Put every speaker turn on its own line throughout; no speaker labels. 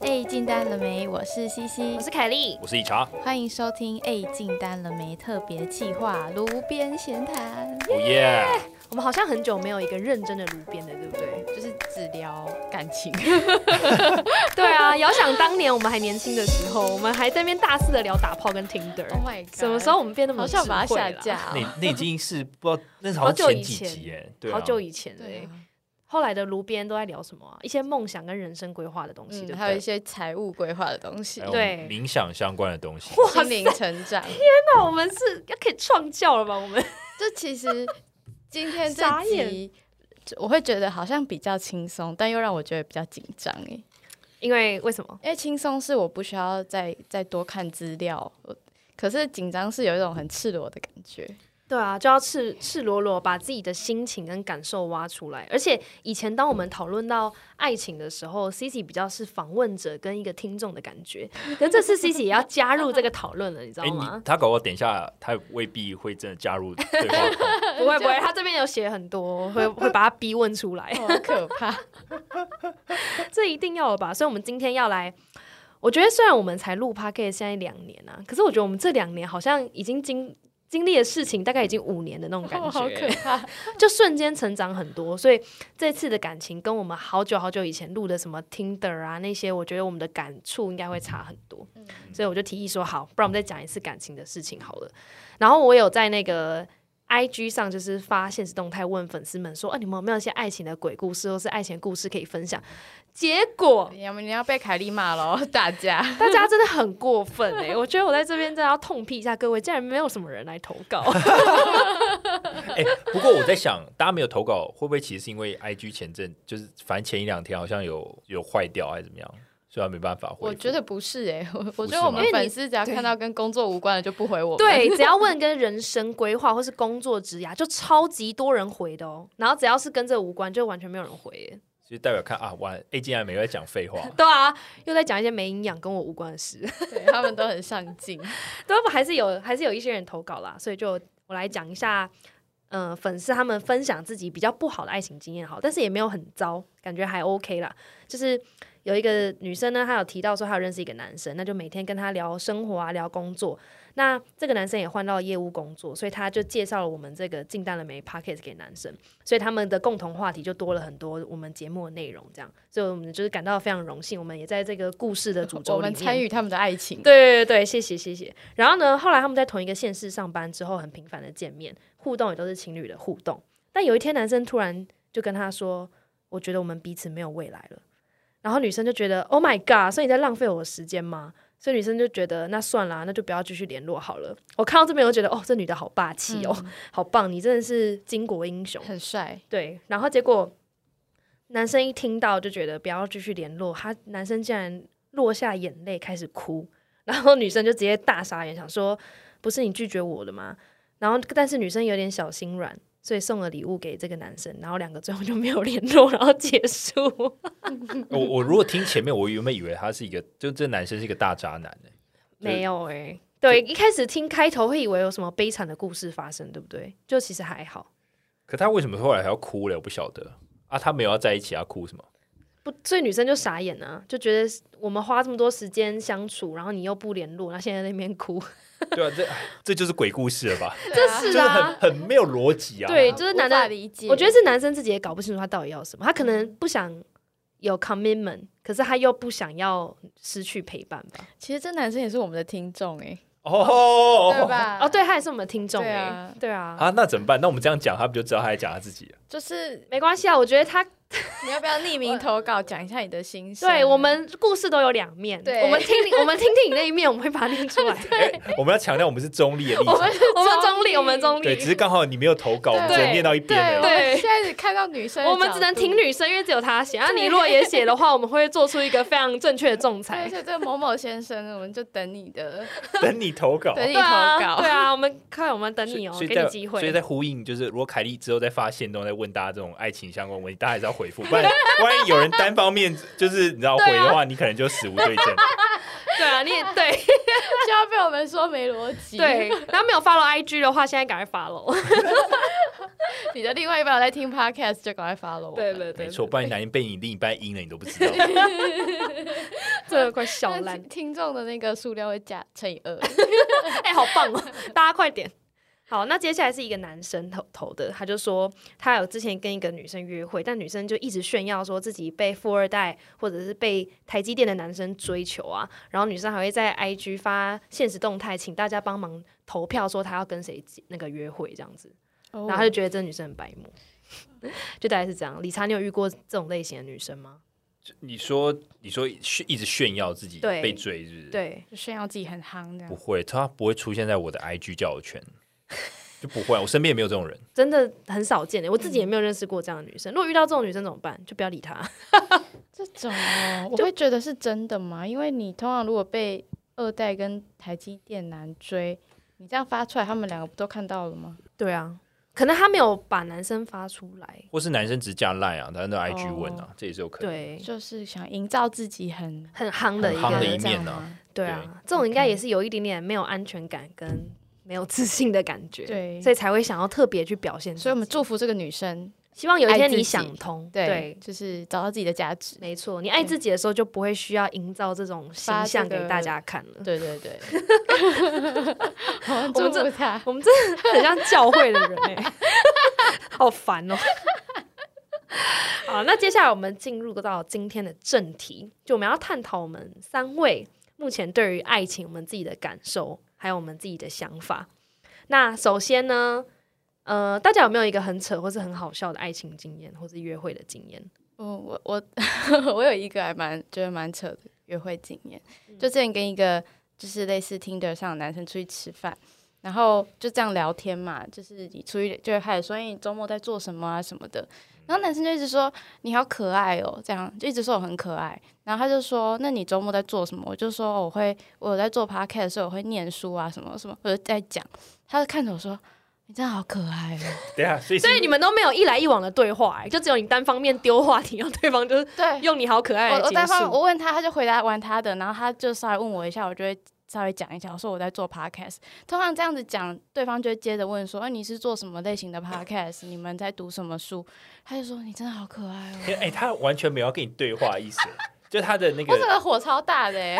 哎，进单了没？我是西西
我，是凯莉，
我是一茶，
欢迎收听《哎，进单了没》特别企划炉边闲谈，
哦耶！
我们好像很久没有一个认真的炉边的，对不对？
就是只聊感情。
对啊，遥想当年我们还年轻的时候，我们还在那边大肆的聊打炮跟 Tinder，、
Oh my god！
什么时候我们变那么啊
好想把它
智慧
下
了
架？哦、
那那已经是不知道，那是
好
好
久
像
以
前几集耶，对啊，
好久以前了。
对，嗯
后来的炉边都在聊什么啊？一些梦想跟人生规划的东西，
嗯，
对不
还有一
对？
些财务规划的东西
还，有
对
冥想相关的东西，
心灵成 长。
那我们是要可以创教了吧？我们
就其实今天这
傻眼
集，我会觉得好像比较轻松，但又让我觉得比较紧张哎。
因为为什么？
因为轻松是我不需要再再多看资料，我可是紧张是有一种很赤裸的感 觉。
对啊，就要赤赤裸裸把自己的心情跟感受挖出来。而且以前当我们讨论到爱情的时候，Cici 比较是访问者跟一个听众的感觉，可这 次 Cici 也要加入这个讨论了，你知道
哎，你
吗？
他搞不好等一下他未必会真的加入 对话框，
不会不 会，他这边有写很多， 会会把他逼问出来，
好可 怕！
这一定要有吧？所以我们今天要来。我觉得虽然我们才录 p a c a s 现在两年啊，可是我觉得我们这两年好像已经经经历的事情大概已经五年的那种感觉，
哦好可怕！
就瞬间成长很多，所以这次的感情跟我们好久好久以前录的什么 Tinder 啊那些，我觉得我们的感触应该会差很多。所以我就提议说，好，不然我们再讲一次感情的事情好了。然后我有在那个 IG 上就是发现实动态问粉丝们说，啊，你们有没有一些爱情的鬼故事或是爱情故事可以分享？结果
你要你要被凯莉骂喽， 大家。
大家真的很过分哎、我觉得我在这边真的要痛批一下各位，竟然没有什么人来投稿。
哎，不过我在想，大家没有投稿，会不会其实是因为 I G 前阵就是反正前一两天好像有有坏掉还是怎么样，所以他没办法回复。
我觉得不是哎、我我
不是
觉得我们
吗
粉丝只要看到跟工作无关的就不回我们。
对，只要问跟人生规划或是工作职涯，就超级多人回的哦。然后只要是跟这无关，就完全没有人回耶。，
就代表看啊，完了 A 竟然没有在讲废话
对啊，又在讲一些没营养跟我无关的事。
对，他们都很上 进。
对，还是有还是有一些人投稿啦，所以就我来讲一下，呃，粉丝他们分享自己比较不好的爱情经验，好，但是也没有很糟，感觉还 OK 啦。就是有一个女生呢，她有提到说她有认识一个男生，那就每天跟他聊生活啊，聊工作。那这个男生也换到业务工作，所以他就介绍了我们这个进淡了没 p o c k e t 给男生，所以他们的共同话题就多了很多我们节目的内容，这样，所以我们就是感到非常荣幸，我们也在这个故事的主轴
我
里面
们参与他们的爱情。
对对对，谢谢谢谢。然后呢，后来他们在同一个县市上班之后，很频繁的见面，互动也都是情侣的互动。但有一天，男生突然就跟她说：“我觉得我们彼此没有未来了。”然后女生就觉得：“Oh my god！” 所以你在浪费我的时间吗？所以女生就觉得：“那算啊啦，那就不要继续联络好了。”我看到这边，我就觉得：“哦，这女的好霸气哦，好棒！你真的是巾帼英雄。”
很帅，
对，然后结果男生一听到就觉得不要继续联络，他男生竟然落下眼泪开始哭，然后女生就直接大傻眼，想说不是你拒绝我的吗？然后但是女生有点小心软。所以送了礼物给这个男生，然后两个最后就没有联络，然后结 束。
我我如果听前面，我原本以为他是一个，就这男生是一个大渣男呢、
没有欸诶、对，一开始听开头会以为有什么悲惨的故事发生，对不对？就其实还好，
可他为什么后来还要哭了？我不晓得啊，他没有要在一起，他哭什么？
不，所以女生就傻眼啊，就觉得我们花这么多时间相处，然后你又不联络，然后现在在那边哭，
对啊，这哎这就是鬼故事了吧？
这 是
就是
啊
很，很没有逻辑啊。
对，就是男
无法
的，
理解。
我觉得是男生自己也搞不清楚他到底要什么，他可能不想有 commitment，可是他又不想要失去陪伴吧？
其实这男生也是我们的听众哎、对
哦
吧？
哦，对，他也是我们的听众
对
哎、
啊
对啊，
啊，那怎么办？那我们这样讲，他不就知道他在讲他自己了？
就是
没关系啊，我觉得他
你要不要匿名投稿讲一下你的心声？
对我们故事都有两面，
对
我们听你，我们听听你那一面，我们会把它念出来。
哎，我们要强调我们是中立的立 场，
我们中立，我们中
对，只
立，
是刚好你没有投稿，我们只能念到一边
对，
而
我
已
对
们现在看到女生的角度，
我们只能听女生，因为只有她写。啊，你如果也写的话，我们会做出一个非常正确的仲
对。
裁。
就这某某先生，我们就等你的，
等你投稿。
等你
对
投
啊，
稿
对。啊，我们看我们等你哦、
所以
给
在
你机会。
所以在呼应，就是如果凯莉之后再发现动，再问大家这种爱情相关问题，大家还是要回复， 不然万一有人单方面就是你知道回的
啊
话，你可能就死无对 证。
对啊，你也对。
就要被我们说没逻辑。
对，然后没有 follow IG 的话，现在赶快 follow。
你的另外一半有在听 podcast 就赶快 follow 我。
对对对，
没错，不然哪天被你另一半阴了，你都 不知道。
这个快笑
那
烂
听，听众的那个数量会加乘 以二。
哎、好棒哦！ 大家快点。好，那接下来是一个男生投投的，他就说他有之前跟一个女生约会，但女生就一直炫耀说自己被富二代或者是被台积电的男生追求啊，然后女生还会在 IG 发现实动态，请大家帮忙投票说她要跟谁结那个约会这样子，
哦
然后他就觉得这女生很白目， 就大概是这样。理查，你有遇过这种类型的女生吗？
你说，你说炫一直炫耀自己
对
被追，是不是？，
对，
就炫耀自己很夯这
不
样。
会，他不会出现在我的 IG 交友圈， 就不会。我身边也没有这种人，
真的很少见的，我自己
嗯
也没有认识过这样的女生。如果遇到这种女生怎么办？就不要理她。
这种 哦我会觉得是真的吗？因为你通常如果被二代跟台积电男追，你这样发出来，他们两个不都看到了吗？
对啊，可能他没有把男生发出来。
或是男生只是加 Line 啊，他的 IG 问啊，
哦
这也是有可能。
对，
就是想营造自己很
很夯的一
很夯
个
的一
人，
这样
面啊
吗
对啊，这种应该也是有一点点没有安全感跟没有自信的感觉，
对
所以才会想要特别去表现自己。
所以我们祝福这个女生，
希望有一
爱
天
自
你
己
想通，
对，
对，
就是找到自己的价值。
没错，你爱自己的时候就不会需要营造这种
发
形
这
象给
个
大家看了。
对对 对， 我们
我
祝
们这
福她。
我们真的很像教会的人哎、 好烦哦、好，那接下来我们进入到今天的正题，就我们要探讨我们三位目前对于爱情我们自己的感受，还有我们自己的想法。那首先呢，呃，大家有没有一个很扯或是很好笑的爱情经验，或是约会的经验？
嗯，我我 我有一个还蛮觉得蛮扯的约会经验，就之前跟一个就是类似 Tinder 上的男生出去吃饭，然后就这样聊天嘛，就是你出去就会开始说，哎，你周末在做什么啊什么的，然后男生就一直说你好可爱哦，这样就一直说我很可爱，然后他就说那你周末在做什么？我就说哦我会我有在做 podcast，所以我会念书啊什么什么，我就在讲，他就看着我说你真的好可爱哦，
对啊，所以
所以你们都没有一来一往的对话、哎就只有你单方面丢话题，然后对方就是
对，
用你好可爱
我
来
我
结
单方
束。
我问他，他就回答完他的，然后他就稍微问我一下，我就会稍微讲一下，我说我在做 podcast。通常这样子讲，对方就会接着问说，哎、你是做什么类型的 podcast？你们在读什么书？他就说你真的好可爱哦，
哎、他完全没有要跟你对话 的意思，就他的那
我整
个，
个火超大的 哎、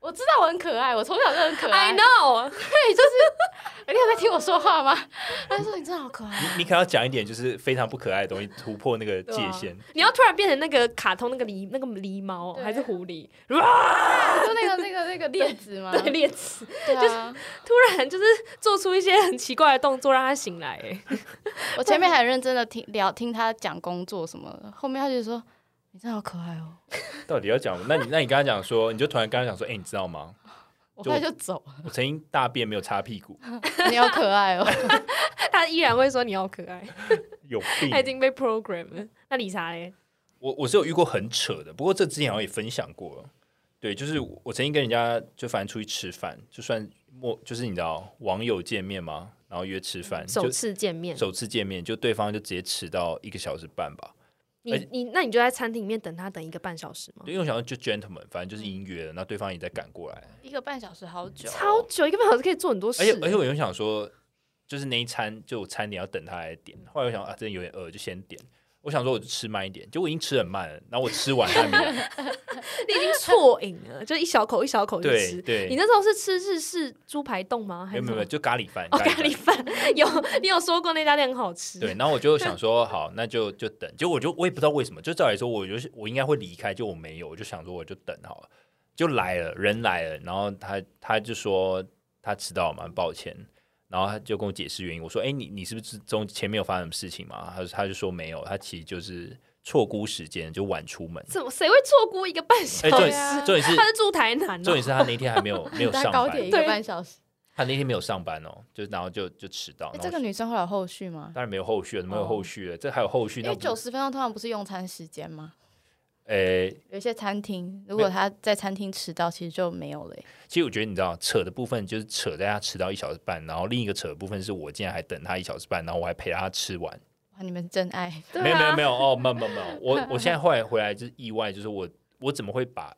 我知道我很可爱，我从小就很可爱。
I know，
你有在听我说话吗？他就说你真的好可爱。哦
你你可能要讲一点就是非常不可爱的东西，突破那个
啊
界限。
啊你要突然变成那个卡通那个狸那个狸猫
对
还是狐狸，
你说那个那个那个列子吗？
对，猎齿，
对啊，
突然就是做出一些很奇怪的动作让他醒来。哎
我前面还很认真的听聊听他讲工作什么的，后面他就说你真的好可爱哦，
到底要讲？那你那你跟他讲说，你就突然跟他讲说，哎、你知道吗？
我
就
后来就走了，
我曾经大便没有擦屁股，
你好可爱哦。
他依然会说你好可爱，
嗯有
哎
他已
病。
经被 program 了。那理查嘞？
我我是有遇过很扯的，不过这之前好像也分享过了。对，就是我我曾经跟人家就反正出去吃饭，就算陌就是你知道网友见面嘛，然后约吃饭，
首
就
次见面，
首次见面，就对方就直接迟到一个小时半吧。
你
而且
你那你就在餐厅里面等他等一个半小时吗？
因为我想说就 gentleman，反正就是已经约了，那对方也在赶过来，
嗯
一个半小时好久哦，
超久，一个半小时可以做很多事。
而且而且我又想说，就是那一餐就我餐点要等他来点，后来我想啊，真的有点饿，就先点。我想说我就吃慢一点，结果已经吃很慢了，然后我吃完他还没来，
你已经错饮了，就一小口一小口就
对
吃。
对，
你那时候是吃日式猪排冻吗？还是
没有没有没有，
什么
就咖喱饭，
哦
咖
咖喱
喱饭。
饭 有，你有说过那家店很好吃。
对，然后我就想说，好，那就就等。结果我就我也不知道为什么，就照理说，我就是我应该会离开，就我没有，我就想说我就等好了，就来了，人来了，然后他他就说他迟到了嘛，蛮抱歉，然后他就跟我解释原因。我说，哎，你你是不是中前面有发生什么事情嘛？他就他就说没有，他其实就是错估时间，就晚出门。
怎么谁会错估一个半小时？
哎，重
对啊
点重点是
他是住台南、哦，
重点是他那天还没 有没有
搭
上
高
班
铁，一
对
个半小时。
他那天没有上班哦，就然后就就迟到。
哎
然后
这个女生会有后续吗？
当然没有后续了，怎么会有后续了？这还有后续？
因
那
为
不
九十分钟通常不哎是用餐时间吗？
诶，
有一些餐厅，如
没
果她在餐厅迟到，其实就没有了耶。
其实我觉得你知道，扯的部分就是扯在他迟到一小时半，然后另一个扯的部分是我竟然还等他一小时半，然后我还陪他吃完。
哇，你们是真爱，
对啊
没有没有没有哦，没 有没有没有，我我现在后来回来就是意外，就是我我怎么会把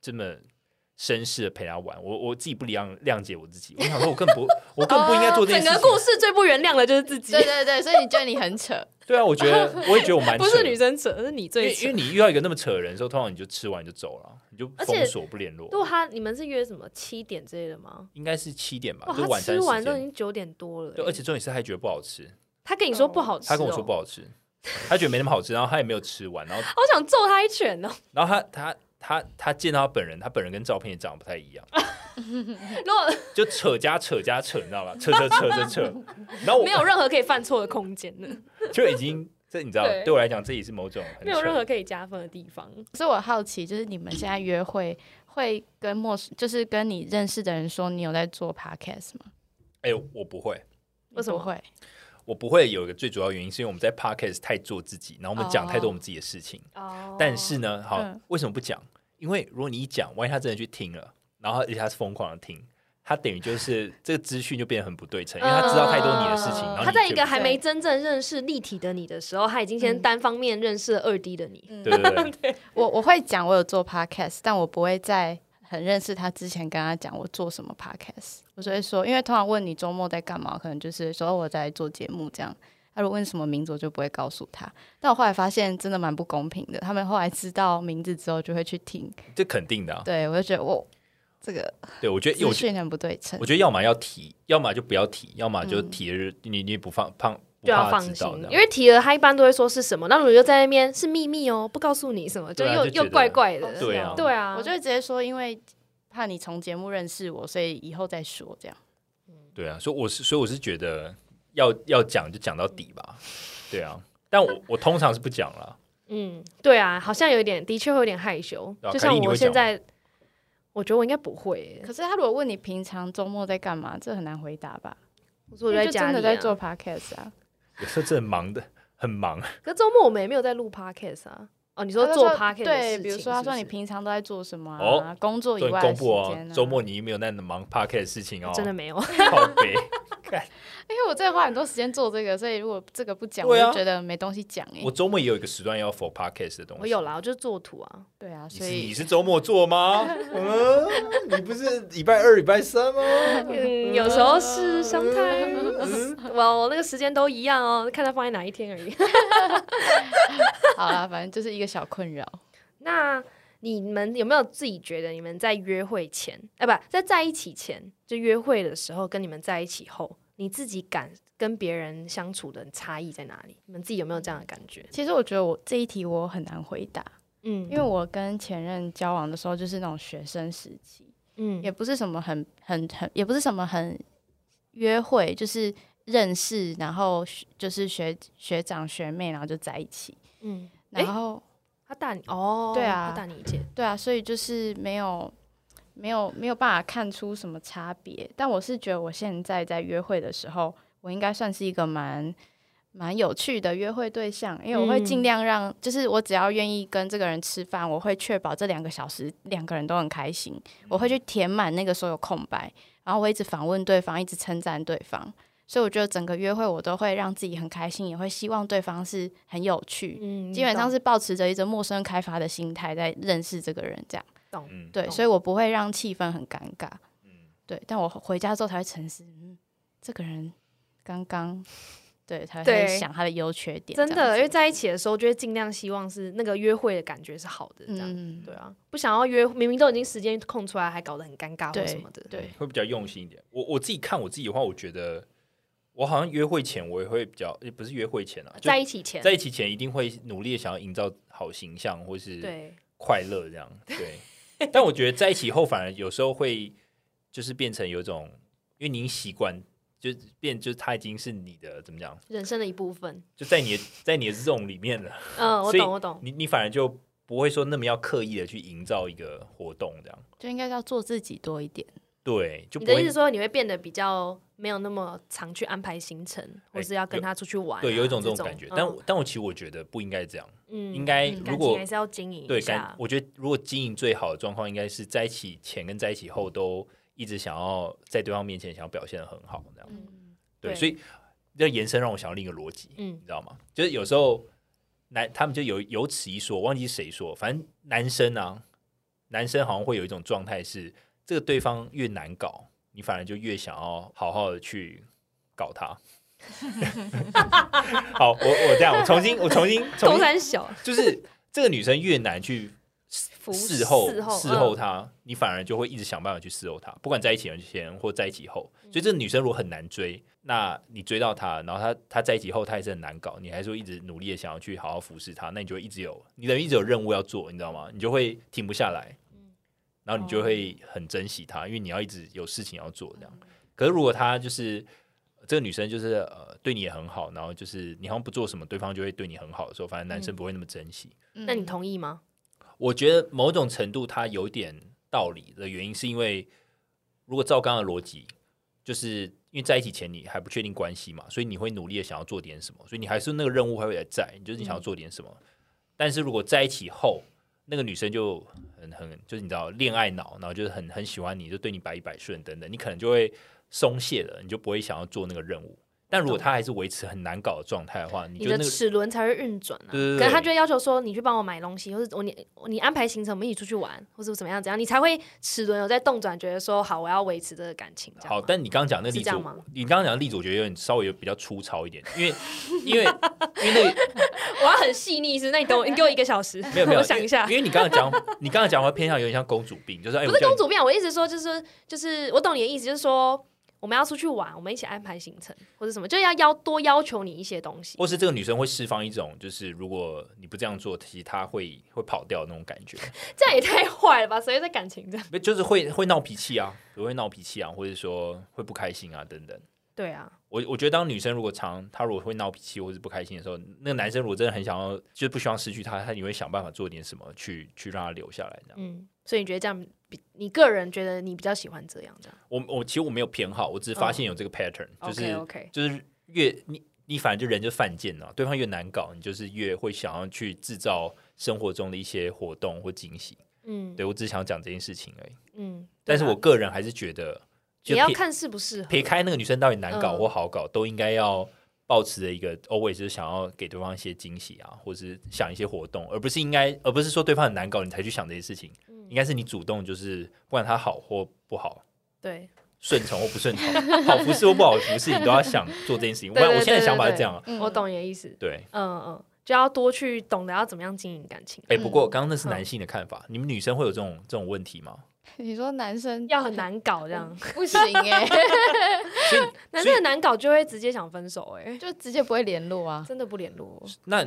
这么绅士的陪他玩。我我自己不谅谅解我自己，我想说我更 不我更不应该做这
哦整
件事
个
情。
故事最不原谅的就是自己
对，对对，所以你觉得你很 扯，
对啊，我觉 得我也觉得我蛮
不是
扯
女生扯，是你
因为
最
因
扯
为。你遇到一个那么扯的人的时候，通常你就吃完你就走了，你就
而且啊
封锁不联络
如。果他你们是约什么七点之类的吗？
应该是七点吧，
哇，
啊就
他
晚餐
吃完
时
都已
间。
经九点多了欸，
对，而且重点是他还觉得不好吃，
他跟你说不好吃，
他跟我说不，好吃，他觉得没那么好吃，然后他也没有吃完，然后
哦好想揍他一拳哦！
然后他他他他见到他本人，他本人跟照片也长得不太一样，
如果
就扯加扯加扯，你知道吗？扯扯扯扯扯，然后我
没有任何可以犯错的空间呢，
就已经这你知道，
对
对我来讲这也是某种 很
没有任何
扯。
可以加分的地方。
所以我好奇，就是你们现在约会会跟陌生，就是跟你认识的人说你有在做 podcast 吗？
哎，我不会，
为什么
你不会？
我不会有一个最主要原因，是因为我们在 podcast 太做自己，然后我们讲太多我们自己的事情。
哦
但是呢，好，
嗯
为什么不讲？因为如果你一讲，万一他真的去听了，然后而且他是疯狂的听，他等于就是这个资讯就变得很不对称，因为他知道太多你的事情。
嗯
然后
他
你
在
却
一个还没真正认识立体的你的时候，他已经先
嗯
单方面认识了二 D 的你。
对对对，
我我会讲我有做 podcast，但我不会在很认识他之前跟他讲我做什么 podcast。我只会说，因为通常问你周末在干嘛，可能就是说哦我在做节目这样。他如果问什么名字，我就不会告诉他。但我后来发现真的蛮不公平的，他们后来知道名字之后就会去听，
这肯定的、啊。
对我就觉得我这个
对我觉得，
资
我觉
讯很不对称
我。觉得要么要提，要么就不要提，要么就提了就你你也不放胖不
就要
怕
放
知
心
道这，样
因为提了他一般都会说是什么，那如果又在那边是秘密哦，不告诉你什么，就
对啊
又
就觉得
又怪怪的。
对啊
对啊，
我就会直接说，因为怕你从节目认识我，所以以后再说这样。
对啊，所以我是所以我是觉得要要讲就讲到底吧，对啊。但我我通常是不讲了，
嗯，对啊，好像有一点，的确会有点害羞。
对啊
就
凯莉
像
你
我
会
现
讲
在，我觉得我应该不会耶、
可是他如果问你平常周末在干嘛，这很难回答吧？
我说我在
因为就
家
真
里、
的在做，podcast 啊。
有时候真的忙的很忙。
可是周末我们也没有在录 podcast 啊。哦，你说
他就
做
说
podcast 的事
对，
情
比如说他
是不
说
是
你平常都在做什么啊？
哦
工作以
所以
外
公
的时
布哦
间，啊？
周末你没有那忙 p a r k 的事情哦，
真的没有，
靠北。
因为我真的花很多时间做这个，所以如果这个不讲，我
对啊
就觉得没东西讲哎
我。周末也有一个时段要 for p a r k 的东西。
我有啦，我就是做图啊。
对啊，
你
所
是你
以
是周末做 吗？嗯，你不是礼拜二、礼拜三吗？
嗯，有时候是 sometimes，哇， 我那个时间都一样哦，看他放在哪一天而已。
好啦，反正就是一个小困扰。
那你们有没有自己觉得你们在约会前，哎、不在在一起前，就约会的时候跟你们在一起后，你自己感跟别人相处的差异在哪里？你们自己有没有这样的感觉？
其实我觉得我这一题我很难回答，
嗯
因为我跟前任交往的时候就是那种学生时期，
嗯
也不是什么很很很，也不是什么很约会，就是认识，然后学就是学学长学妹，然后就在一起。
嗯，诶
然后、
他大你哦，
对啊
他大你一届，
对啊，所以就是没有没有没有办法看出什么差别。但我是觉得我现在在约会的时候，我应该算是一个蛮。蛮有趣的约会对象，因为我会尽
嗯
量让，就是我只要愿意跟这个人吃饭，我会确保这两个小时两个人都很开心，我会去填满那个所有空白，然后我一直访问对方，一直称赞对方，所以我觉得整个约会我都会让自己很开心，也会希望对方是很有趣，
嗯，
基本上
是
是保持着一种陌生开发的心态在认识这个人，这样
懂。
嗯，
对，
懂
所以我不会让气氛很尴尬，
嗯
对，但我回家之后才会沉思，嗯，这个人刚刚对才会
对
想他的优缺点，
真
这样
的，
子
因为在一起的时候，就会尽量希望是那个约会的感觉是好的，这样、
嗯，
对啊，不想要约，明明都已经时间空出来，还搞得很尴尬或
对
什么的，
对，
会比较用心一点。我我自己看我自己的话，我觉得我好像约会前我也会比较，也不是约会前啊，就
在一起前，
在一起前一定会努力地想要营造好形象，或是
对，
快 乐这样。对，但我觉得在一起后反而有时候会就是变成有一种，因为您习惯，就是变就是他已经是你的怎么讲，
人生的一 部分。
就在你的在你的这种里面了，
嗯，我
所以
懂，我懂。
你你反而就不会说那么要刻意的去营造一个活动这样。
就应该要做自己多一点，
对，就
你
不
的意
会
思说你会变得比较没有那么常去安排行程，或是要跟他出去玩啊、
哎对有一种
这
这种感觉，但
嗯
我但我其实我觉得不应该这样，
嗯
应该
嗯
如
感情
果
还是要经营
对
一
感
下，。
我觉得如果经营最好的状况，应该是在一起前跟在一起后都一直想要在对方面前想要表现的很好，这样
嗯，
对，
对
所以这延伸让我想到另一个逻辑，
嗯
你知道吗？就是有时候男他们就有有此一说，忘记谁说，反正男生啊，男生好像会有一种状态是，这个对方越难搞，你反而就越想要好好的去搞他。 好，我我这样，我重新，我重新，
中
重新，
山小，
就是这个女生越难去
服
事后
事后嗯
事后他，你反而就会一直想办法去事后他，不管在一起前或在一起后。所以这个女生如果很难追，那你追到她，然后她她在一起后，她也是很难搞，你还是会一直努力的想要去好好服侍她，那你就会一直有，你等于一直有任务要做，你知道吗？你就会停不下来，然后你就会很珍惜她，因为你要一直有事情要做这样。可是如果她就是这个女生就是呃对你也很好，然后就是你好像不做什么，对方就会对你很好的时候，反正男生不会那么珍惜。
嗯
那你同意吗？
我觉得某种程度它有点道理的原因，是因为如果照刚刚的逻辑，就是因为在一起前你还不确定关系嘛，所以你会努力的想要做点什么，所以你还是那个任务还会在，你就是你想要做点什么。但是如果在一起后，那个女生就很很就是你知道恋爱脑，然后就是很很喜欢你，就对你百依百顺等等，你可能就会松懈了，你就不会想要做那个任务。但如果她还是维持很难搞的状态的话，你
你
就那
的
个
齿轮才会运转啊。
对对对
可能他就会要求说，你去帮我买东西，或者我你你安排行程，我们一起出去玩，或者怎么样怎么样，你才会齿轮有在动转，觉得说好，我要维持这个感情。这样
好，
吗
但你刚刚讲那个例
是这
子
样吗，
你刚刚讲的例子，我觉得有点稍微有比较粗糙一点，因为因为因为那个
我要很细腻，是不是？那你等我，你给我一个小时，
没有没有，
我想一下
因。为因为你刚刚讲你刚刚讲话偏向有点像公主病，就是哎，
不
我
是
叫
公
你
主病啊，我意思说就是就是，我懂你的意思，就是说我们要出去玩，我们一起安排行程或者什么，就要要多要求你一些东 西。
或是这个女生会释放一种，就是如果你不这样做，其实她会会跑掉的那种感觉，
这样也太坏了吧？谁会在感情这样？
不就是会会闹脾气啊，比如会闹脾气啊，或者说会不开心啊等等。
对啊，
我我觉得，当女生如果常她如果会闹脾气或是不开心的时候，那个男生如果真的很想要，就是不希望失去她，他你会想办法做点什么去去让她留下来这样。
嗯，所以你觉得这样比你个人觉得你比较喜欢这样这样
我我其实我没有偏好，我只是发现有这个 pattern，、就是
嗯？OK OK，
就是越你你反正就人就犯贱了，对方越难搞，你就是越会想要去制造生活中的一些活动或惊喜。
嗯
对我只是想讲这件事情而已，
嗯，
但是
对啊
我个人还是觉得，就
也要
撇
看适不适合。
撇开那个女生到底难搞
嗯
或好搞，都应该要保持着一个 always 就是想要给对方一些惊喜啊，或是想一些活动，而不是应该而不是说对方很难搞你才去想这些事情，
嗯
应该是你主动就是不管他好或不好，
对，
顺从或不顺从， 好服侍或不好服侍，你都要想做这件事 情。我
对对
我现在
对
想法
对
是这样啊，
嗯
我懂你的意思。
对。
嗯嗯，就要多去懂得要怎么样经营感情，
哎，不过刚刚那是男性的看法，你们女生会有这种这种问题吗？
你说男生
要很难搞这 样，
不行哎、
男生很难搞就会直接想分手，哎，
就直接不会联络啊。
真的不联络。
那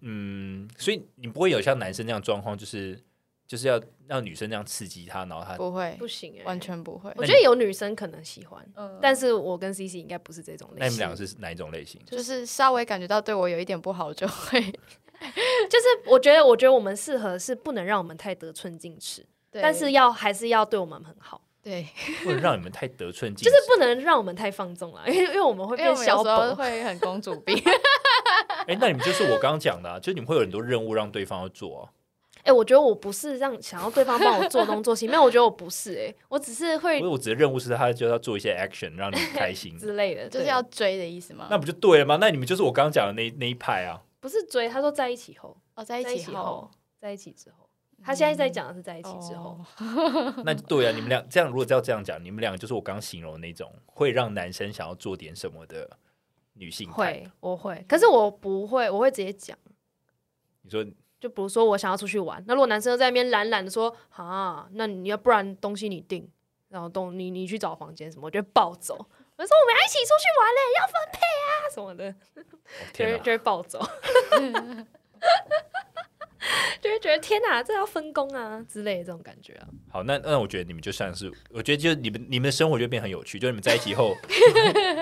嗯，所以你不会有像男生那样状况，就是就是要让女生那样刺激他，然后他
不会
不，行哎、
完。全不会。
我觉得有女生可能喜欢，
嗯
但是我跟 C C 应该不是这种类
那你们
型
两。个是哪一种类型？
就是稍微感觉到对我有一点不好，就会。
就是我觉得，我觉得我们适合是不能让我们太得寸进尺，
对
但是要还是要对我们很好，
对，
不能让你们太得寸进
就
尺，
是不能让我们太放纵了， 因为因为我们会
因为
变
我们有
小
时候
狗。
会很公主病。
哎，那你们就是我刚刚讲的啊，就是你们会有很多任务让对方要做啊。
哎、我觉得我不是让想要对方帮我做东做西，没有，我觉得我不是、 哎，我只是会，
不是，我指的任务是他就要做一些 action 让你们开 心
之类的，
就是
对
要追的意思吗？
那不就对了吗？那你们就是我刚刚讲的那那一派啊。
不是追。他说在一起后，
哦，在一
在一
起
起
后哦
后，在一起之后，他现在在讲的是在一
一
起之后，
那就对啊，你们俩这样，如果要这样讲，你们两个就是我刚形容的那种会让男生想要做点什么的女
嗯
性派。
会，我会，可是我不会，我会直接讲。
你说哦
就比如说我想要出去玩，那如果男生又在那边懒懒的说啊，那你要不然东西你定，然后东你你去找房间什么，我就会暴走。我就说我们要一起出去玩嘞，要分配啊什么的，
哦
就
天
会
哪，
就会暴 走，就会觉得天哪，这要分工啊之类的这种感觉啊。
好，那那我觉得你们就像是，我觉得就你们你们的生活就变很有趣，就你们在一起后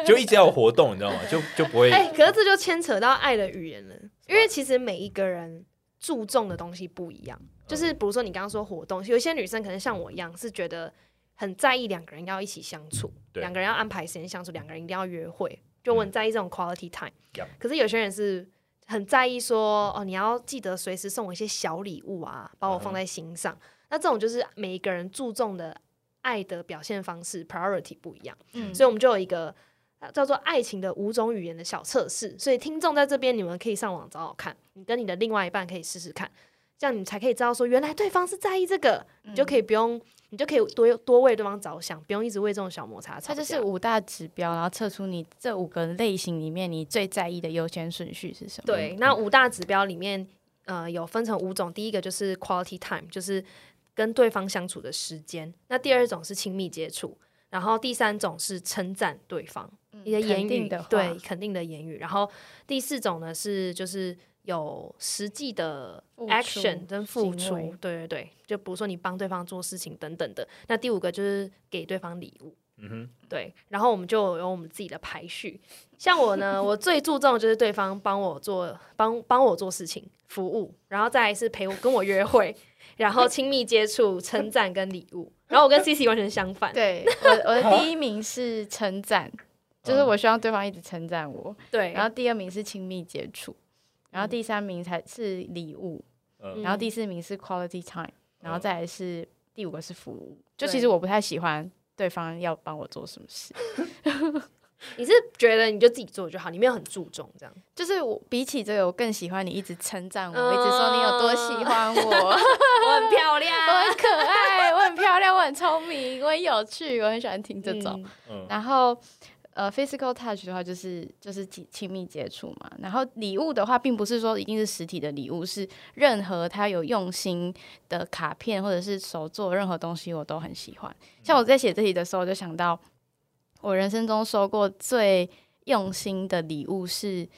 就一直要有活动，你知道吗？就就不会、
哎、可是这就牵扯到爱的语言了，因为其实每一个人注重的东西不一样。就是比如说你刚刚说活动，有一些女生可能像我一样是觉得很在意两个人要一起相处，
对
两个人要安排时间相处，两个人一定要约会，就我很在意这种 quality time。
Yup
可是有些人是很在意说哦，你要记得随时送我一些小礼物啊，把我放在心上。那这种就是每一个人注重的爱的表现方式 priority 不一样。
嗯
所以我们就有一个呃叫做“爱情的五种语言”的小测试。所以听众在这边，你们可以上网找找看，你跟你的另外一半可以试试看，这样你才可以知道说，原来对方是在意这个，你就可
以。
以不用，你就可以多多为对方着想，不用一直为这种小摩擦
它
吵架。
就是五大指标，然后测出你这五个类型里面你最在意的优先顺序是什么？嗯
对，那五大指标里面，呃，有分成五种。第一个就是 quality time，就是跟对方相处的时间；那第二种是亲密接触，然后第三种是称赞对方，你的言
嗯肯定
语
的话
对肯定的言语。然后第四种呢是就是有实际的
付出
action 跟付
行
出
为，
对对对，就比如说你帮对方做事情等等的。那第五个就是给对方礼物。
嗯哼，
对，然后我们就有我们自己的排序。像我呢，我最注重的就是对方帮我做帮帮我做事情、服务，然后再来是陪我跟我约会，然后亲密接触、称赞跟礼物。然后我跟 C C 完全相反，
对我我的第一名是称赞，就是我希望对方一直称赞我。
对，
然后第二名是亲密接触，然后第三名才是礼物，
嗯
然后第四名是 quality time，然后
嗯
再来是第五个是服务。就
对
其实我不太喜欢对方要帮我做什么事，
你是觉得你就自己做就好，你没有很注重这样。
就是我比起这个，我更喜欢你一直称赞我，
嗯
一直说你有多喜欢我，我
我很漂
很
亮，嗯
可爱，我很漂亮，我很聪明，我很有趣，我很喜欢听这种。
嗯
嗯
然后呃，physical touch 的话就是就是亲亲密接触嘛。然后礼物的话，并不是说一定是实体的礼物，是任何他有用心的卡片或者是手做任何东西，我都很喜欢。像我在写这题的时候，我就想到我人生中收过最用心的礼物是，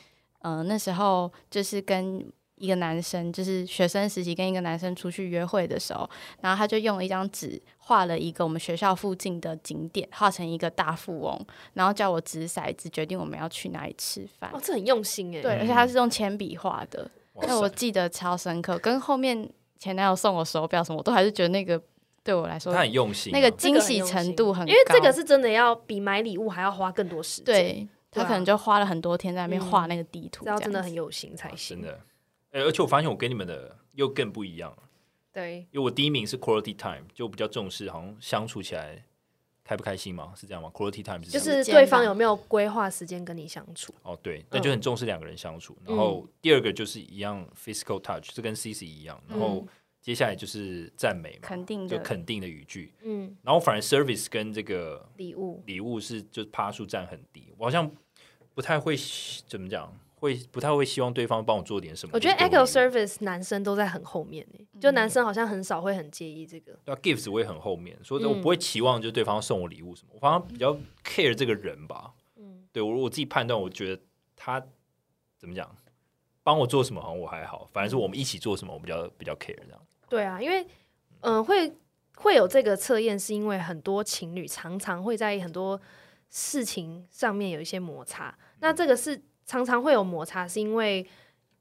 呃，那时候就是跟。一个男生就是学生时期跟一个男生出去约会的时候，然后他就用了一张纸画了一个我们学校附近的景点，画成一个大富翁，然后叫我掷骰子决定我们要去哪里吃饭。
哦，这很用心哎。
对，而且他是用铅笔画的，
哇
那我
塞
记得超深刻。跟后面前男友送我手表什么，我都还是觉得那个对我来说
他，很用心啊，
那个惊喜程度很高，
因为这个是真的要比买礼物还要花更多时间，，
对他
对啊
可能就花了很多天在那边
嗯
画那个地图，
这要真
这
的
样
很
子
有心才
真
行。
的。哎，而且我发现我跟你们的又更不一样了，
对，
因为我第一名是 quality time，就比较重视，好像相处起来开不开心嘛，是这样吗？quality time 是这
就
样
是
时间
对
吧
方有没有规划时间跟你相处？
哦，对，那
嗯
就很重视两个人相处。然后第二个就是一样 physical touch，这跟 CC 一样。
嗯
然后接下来就是赞美嘛，
肯定
就
的。
肯定的语句。
嗯，
然后反而 service 跟这个
礼物，
礼物是就是趴数占很低，我好像不太会怎么讲，会不太会希望对方帮我做点什么。
我觉得
就
echo
是给我礼物
service 男生都在很后面呢、就男生好像很少会很介意这个。
对啊 gifts 我也很后面，所以我不会
嗯
期望就是对方送我礼物什么，我反而比较 care 这个人吧。
嗯，
对我我自己判断，我觉得他怎么讲，帮我做什么好像我还好，反而是我们一起做什么，我比较比较 care 这样。
对啊，因为嗯、呃会会有这个测验，是因为很多情侣常常会在很多事情上面有一些摩擦。那这个是常常会有摩擦，是因为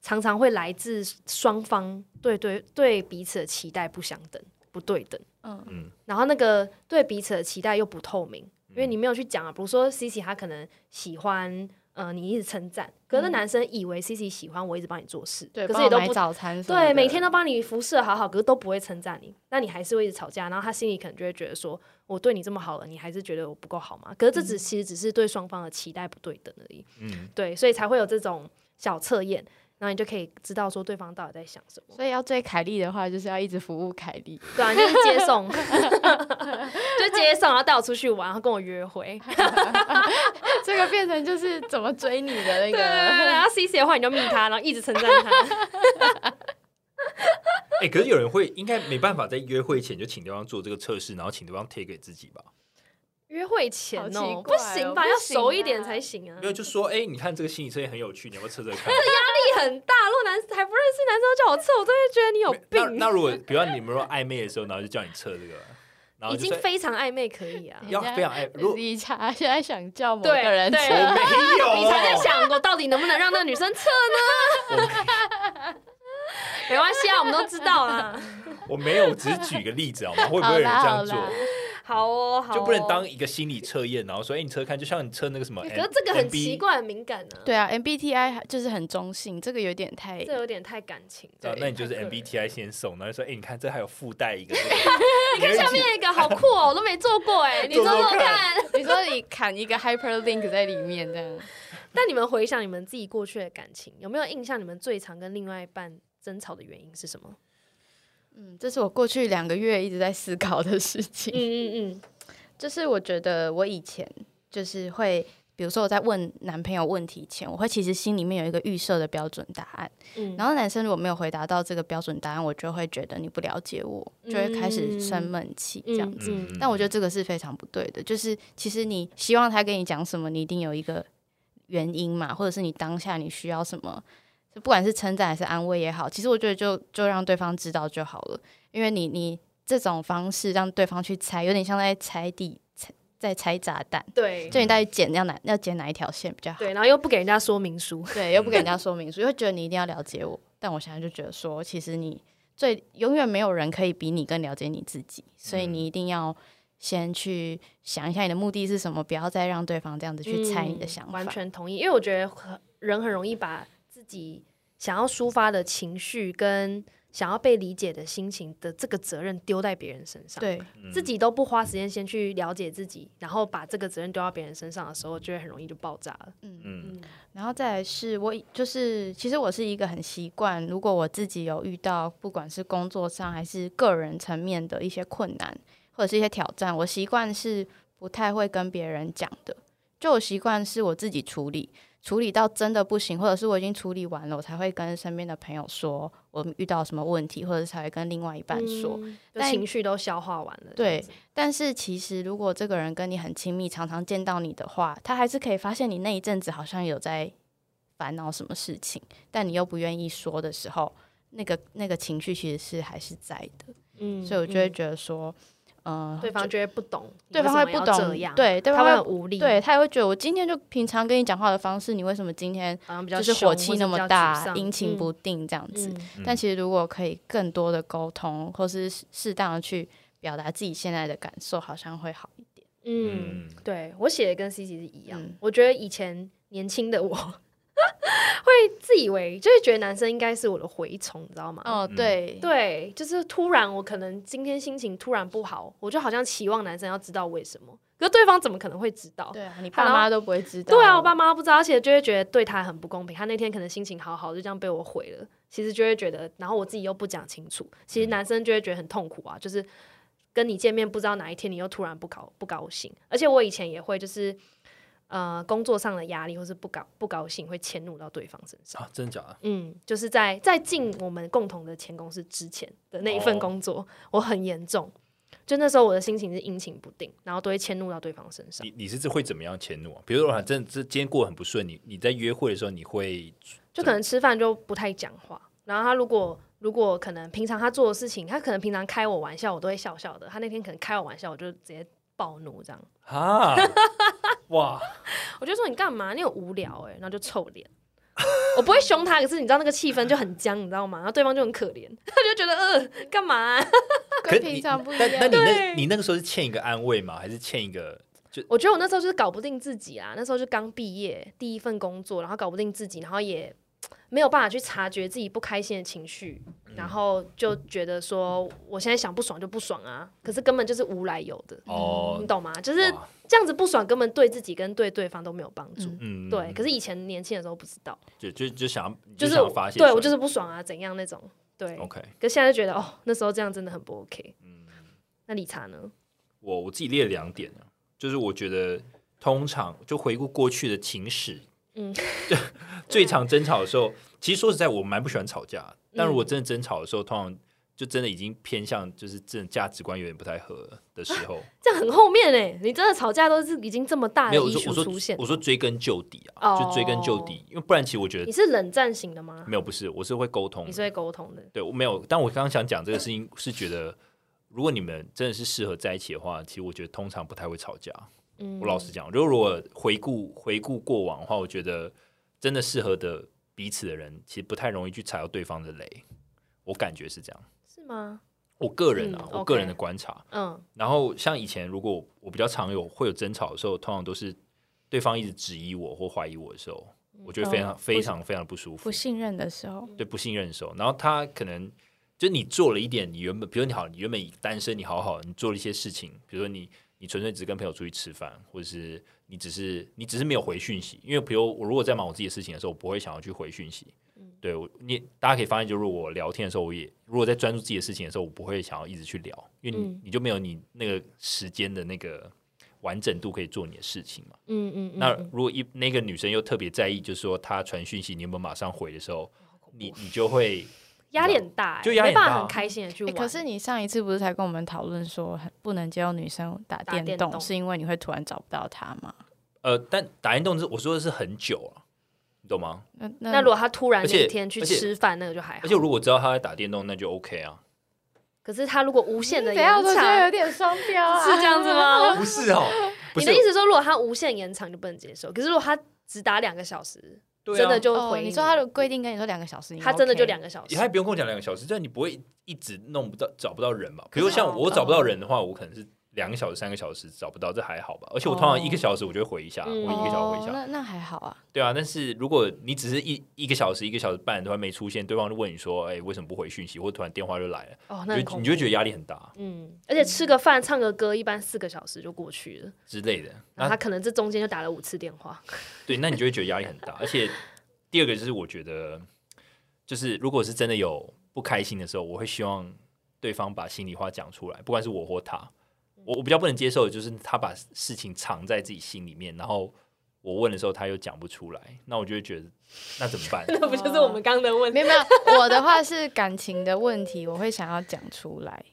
常常会来自双方对对对彼此的期待不相等、不对等。
嗯
嗯，
然后那个对彼此的期待又不透明，因为
嗯
你没有去讲啊。比如说 C C 他可能喜欢，呃，你一直称赞，可是
嗯
男生以为 C C 喜欢我一直帮你做事，
对，
可是
帮
也
我
都
买
不
早餐什么
对，
的
每天都帮你服侍得好好，可是都不会称赞你，那你还是会一直吵架。然后他心里可能就会觉得说，我对你这么好了，你还是觉得我不够好吗？可是这只其实只是对双方的期待不对等而已，
嗯，
对，所以才会有这种小测验，然后你就可以知道说对方到底在想什么。
所以要追凯莉的话，就是要一直服务凯莉。
对啊，就是接送， 就接送，然后带我出去玩，然后跟我约会。
这个变成就是怎么追你的那
对，啊
个。
然后 C C 的话你就密他，然后一直称赞他。
哎、可是有人会应该没办法在约会前就请对方做这个测试，然后请对方贴给自己吧？
约会前
好奇
哦，
怪哦
行吧，
不
要
行
熟
啊
一点才行啊。
没有，就说哎、你看这个心理测验很有趣，你要不要测测看？
力很大，如果男还不认识男生叫我测，我真的觉得你有
那
病。
那如果比方你们说暧昧的时候，然后就叫你测这个，然后
已
就说哎
经非常暧昧可以啊。
要非常爱，如果
理查现在想叫某个
对
人
对啊
吃
我没有，
你才在想过到底能不能让那女 生测呢？没关系啊，我们都知道啦。
我没有，只是举个例子好吗？会不会有人这样做
好啦好？
好哦，好哦
就不能当一个心理测验，然后说哎、你测看，就像你测那个什么，
可是这个很奇。怪，很敏感呢、啊。
对啊，MBTI 就是很中性，这个有点
哎
太
这有点太感情。
啊
对，
那你就是
太个人
MBTI 先送，然后说，哎、你看这还有附带一个这个，你
下面一个好酷哦，我都没做过哎，你做
做
做
做看
看。
你说你砍一个 hyperlink 在里面这样，
那你们回想你们自己过去的感情，有没有印象？你们最常跟另外一半争吵的原因是什么？
嗯，这是我过去两个月一直在思考的事情。
嗯嗯
就是我觉得我以前就是会，比如说我在问男朋友问题前，我会其实心里面有一个预设的标准答案，
嗯
然后男生如果没有回答到这个标准答案，我就会觉得你不了解我，就会开始生闷气这样
嗯
子。
嗯，
但我觉得这个是非常不对的，就是其实你希望他跟你讲什么，你一定有一个原因嘛，或者是你当下你需要什么，就不管是称赞还是安慰也好，其实我觉得就就让对方知道就好了，因为你你这种方式让对方去猜，有点像在猜底，猜在猜炸弹，
对
就你到底捡要哪要捡哪一条线比较好，
对，然后又不给人家说明书，
对，又不给
嗯
人家说明书，又觉得你一定要了解我。但我现在就觉得说，其实你最永远没有人可以比你更了解你自己，所以
嗯
你一定要先去想一下你的目的是什么，不要再让对方这样子去猜你的
嗯
想法。
完全同意，因为我觉得很人很容易把自己想要抒发的情绪跟想要被理解的心情的这个责任丢在别人身上，，
对，
自己都不花时间先去了解自己，然后把这个责任丢到别人身上的时候，就会很容易就爆炸了。
嗯
嗯
然后再来是我以就是，其实我是一个很习惯，如果我自己有遇到不管是工作上还是个人层面的一些困难或者是一些挑战，我习惯是不太会跟别人讲的，就我习惯是我自己处理，处理到真的不行，或者是我已经处理完了，我才会跟身边的朋友说我遇到什么问题，或者是才会跟另外一半说。
嗯就
但
情绪都消化完了，
对
这样子，
但是其实，如果这个人跟你很亲密，常常见到你的话，他还是可以发现你那一阵子好像有在烦恼什么事情，但你又不愿意说的时候，那个那个情绪其实是还是在的。
嗯
所以我就会
嗯
觉得说，嗯、
对方就会不懂，
对方会
你为
不
什么要
懂
这，样，，
对，对
他
方
会很
会。
无力，
对，他也会觉得我今天就平常跟你讲话的方式，你为什么今天
好像比较
就是
凶
火气那么大，阴晴，
或
不定这样
者比较沮
子
丧？嗯嗯
但其实如果可以更多的沟通，或是适适当的去表达自己现在的感受，好像会好一点。
嗯
嗯，
对我写的跟 C C 是一样。
嗯
我觉得以前年轻的我 会自以为，就会觉得男生应该是我的蛔虫，你知道吗？
哦，
嗯
对，
对，就是突然我可能今天心情突然不好，我就好像期望男生要知道为什么，可是对方怎么可能会知道？
对啊，你
好
爸
然后
妈都不会知道。
对啊，我爸妈不知道，而且就会觉得对他很不公平。他那天可能心情好好，就这样被我毁了。其实就会觉得，然后我自己又不讲清楚，其实男生就会觉得很痛苦啊，就是跟你见面不知道哪一天你又突然不高不高兴。而且我以前也会就是。呃，工作上的压力或是不高不高兴，会迁怒到对方身上。
啊，真的假的？
嗯，就是在在进我们共同的前公司之前的那一份
哦
工作，我很严重。就那时候我的心情是阴晴不定，然后都会迁怒到对方身上。
你你是会怎么样迁怒啊？比如说，啊真的这今天过得很不顺，你你在约会的时候，你会
就可能吃饭就不太讲话。然后他如果如果可能平常他做的事情，他可能平常开我玩笑，我都会笑笑的。他那天可能开我玩笑，我就直接暴怒这样。
啊，哇，
我就说你干嘛？你很无聊哎、然后就臭脸。我不会凶他，可是你知道那个气氛就很僵，你知道吗？然后对方就很可怜， 他就觉得呃干嘛啊、
可
跟
是你
平常不一
但那
样
你。那你那个时候是欠一个安慰吗？还是欠一个？
我觉得我那时候就是搞不定自己啊，那时候就刚毕业，第一份工作，然后搞不定自己，然后也没有办法去察觉自己不开心的情绪，
嗯
然后就觉得说我现在想不爽就不爽啊，可是根本就是无来由的，
哦
你，懂吗？就是
哇
这样子不爽，根本对自己跟对对方都没有帮助。
嗯
嗯
对，可是以前年轻的时候不知道，
就就就想你
就是
想发泄出来，
对我就是不爽啊，怎样那种。对，
OK。
可现在就觉得哦，那时候这样真的很不 OK。那
嗯
理查呢？
我我自己列了两点啊，就是我觉得通常就回顾过去的情史，
嗯
嗯，最常争吵的时候，其实说实在，我蛮不喜欢吵架的，但如果
嗯
真的争吵的时候，通常就真的已经偏向就是真的价值观有点不太合的时候，
这样很后面哎、你真的吵架都是已经这么大
没
的
有我
医
说
术
我说
啊出现哦
我，说追根究底啊，就追根究底，因为不然其实我觉
你
得
是冷战型的吗？
没有不是，我是会沟通
你
的，
是会沟通的，
对我没有，但我刚刚想讲这个事情是觉得。如果你们真的是适合在一起的话，其实我觉得通常不太会吵架。
嗯
我老实讲，就如果回顾回顾过往的话，我觉得真的适合的彼此的人，其实不太容易去踩到对方的雷。我感觉是这样，
是吗？
我个人啊，
嗯
我个
OK
人的观察。
嗯
然后像以前，如果我比较常有会有争吵的时候，通常都是对方一直质疑我或怀疑我的时候，我觉得非常、
哦
非常非常不舒服
不。信任的时候，
对不信任的时候，然后他可能就你做了一点你原本，比如你好，你原本单身，你好好，你做了一些事情，比如说你你纯粹只是跟朋友出去吃饭，或者是你只是你只是没有回讯息，因为比如我如果在忙我自己的事情的时候，我不会想要去回讯息，对我，你大家可以发现，就是我聊天的时候，我也如果在专注自己的事情的时候，我不会想要一直去聊，因为你、
嗯
你就没有你那个时间的那个完整度可以做你的事情嘛。
嗯嗯嗯
那
嗯，
如果一那个女生又特别在意，就是说她传讯息你有没有马上回的时
哦
候，你你就会
压力很大欸，
就压力
没办
很
法
大啊
很开心的去
欸
玩。
可是你上一次不是才跟我们讨论说，很不能接受女生打
打
电
电
动，
动
是因为你会突然找不到她吗？
呃，但打电动是我说的是很久啊，你懂吗？
那
那
那
如果他突然
而
那
且
一天去
而且
吃饭，那个就还好
而且。如果知道她在打电动，那就 OK 啊。
可是他如果无限的
等
延
下我都觉得
长，
有点双标 啊，
是这样子？吗？
不是哦，不
你
是
的意，思说，如果他无限延长就不能接受？可是如果他只打两个小时，
对啊
真的就
哦，
回
你说他的规定跟你说两个小时，你
他真的
OK
就两个小时
他，也不用跟我讲两个小时，但你不会一直弄不到找不到人吧？比如
可是
像我
哦
找不到人的话，我可能是两个小时、三个小时找不到，这还好吧？而且我通常一个小时我就会回一下，
哦嗯
我一个小时回一
哦
下，
那那还好啊。
对啊。但是如果你只是一一个小时、一个小时半突然没出现，对方就问你说：“哎，为什么不回讯息？”或突然电话就来了，
哦，那很
你就
恐
你
怖
就会觉得压力很大
嗯，而且吃个饭、唱个歌，一般四个小时就过去了。
之类的。
然
那
后他可能这中间就打了五次电话，
对，那你就会觉得压力很大。而且第二个就是，我觉得就是如果是真的有不开心的时候，我会希望对方把心里话讲出来，不管是我或他。我我比较不能接受的就是他把事情藏在自己心里面，然后我问的时候他又讲不出来，那我就会觉得那怎么 办？
那不就是我们刚刚的问
哦 没
题？
有没有，我的话是感情的问题，我会想要讲出来，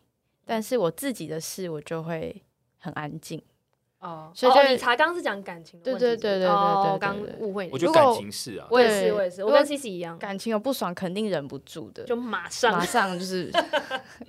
但是我自己的事我就会很安静。
哦，
所以
哦
就是
你查刚刚是讲感情的问题，
对对对对对对
哦
对
刚
对对
误会你，
我觉得
如果
感情是啊，
我也是
对
我也是，
如
我
果
跟 C C 一样，
感情有不爽，肯定忍不住的，
就马上
马上 就是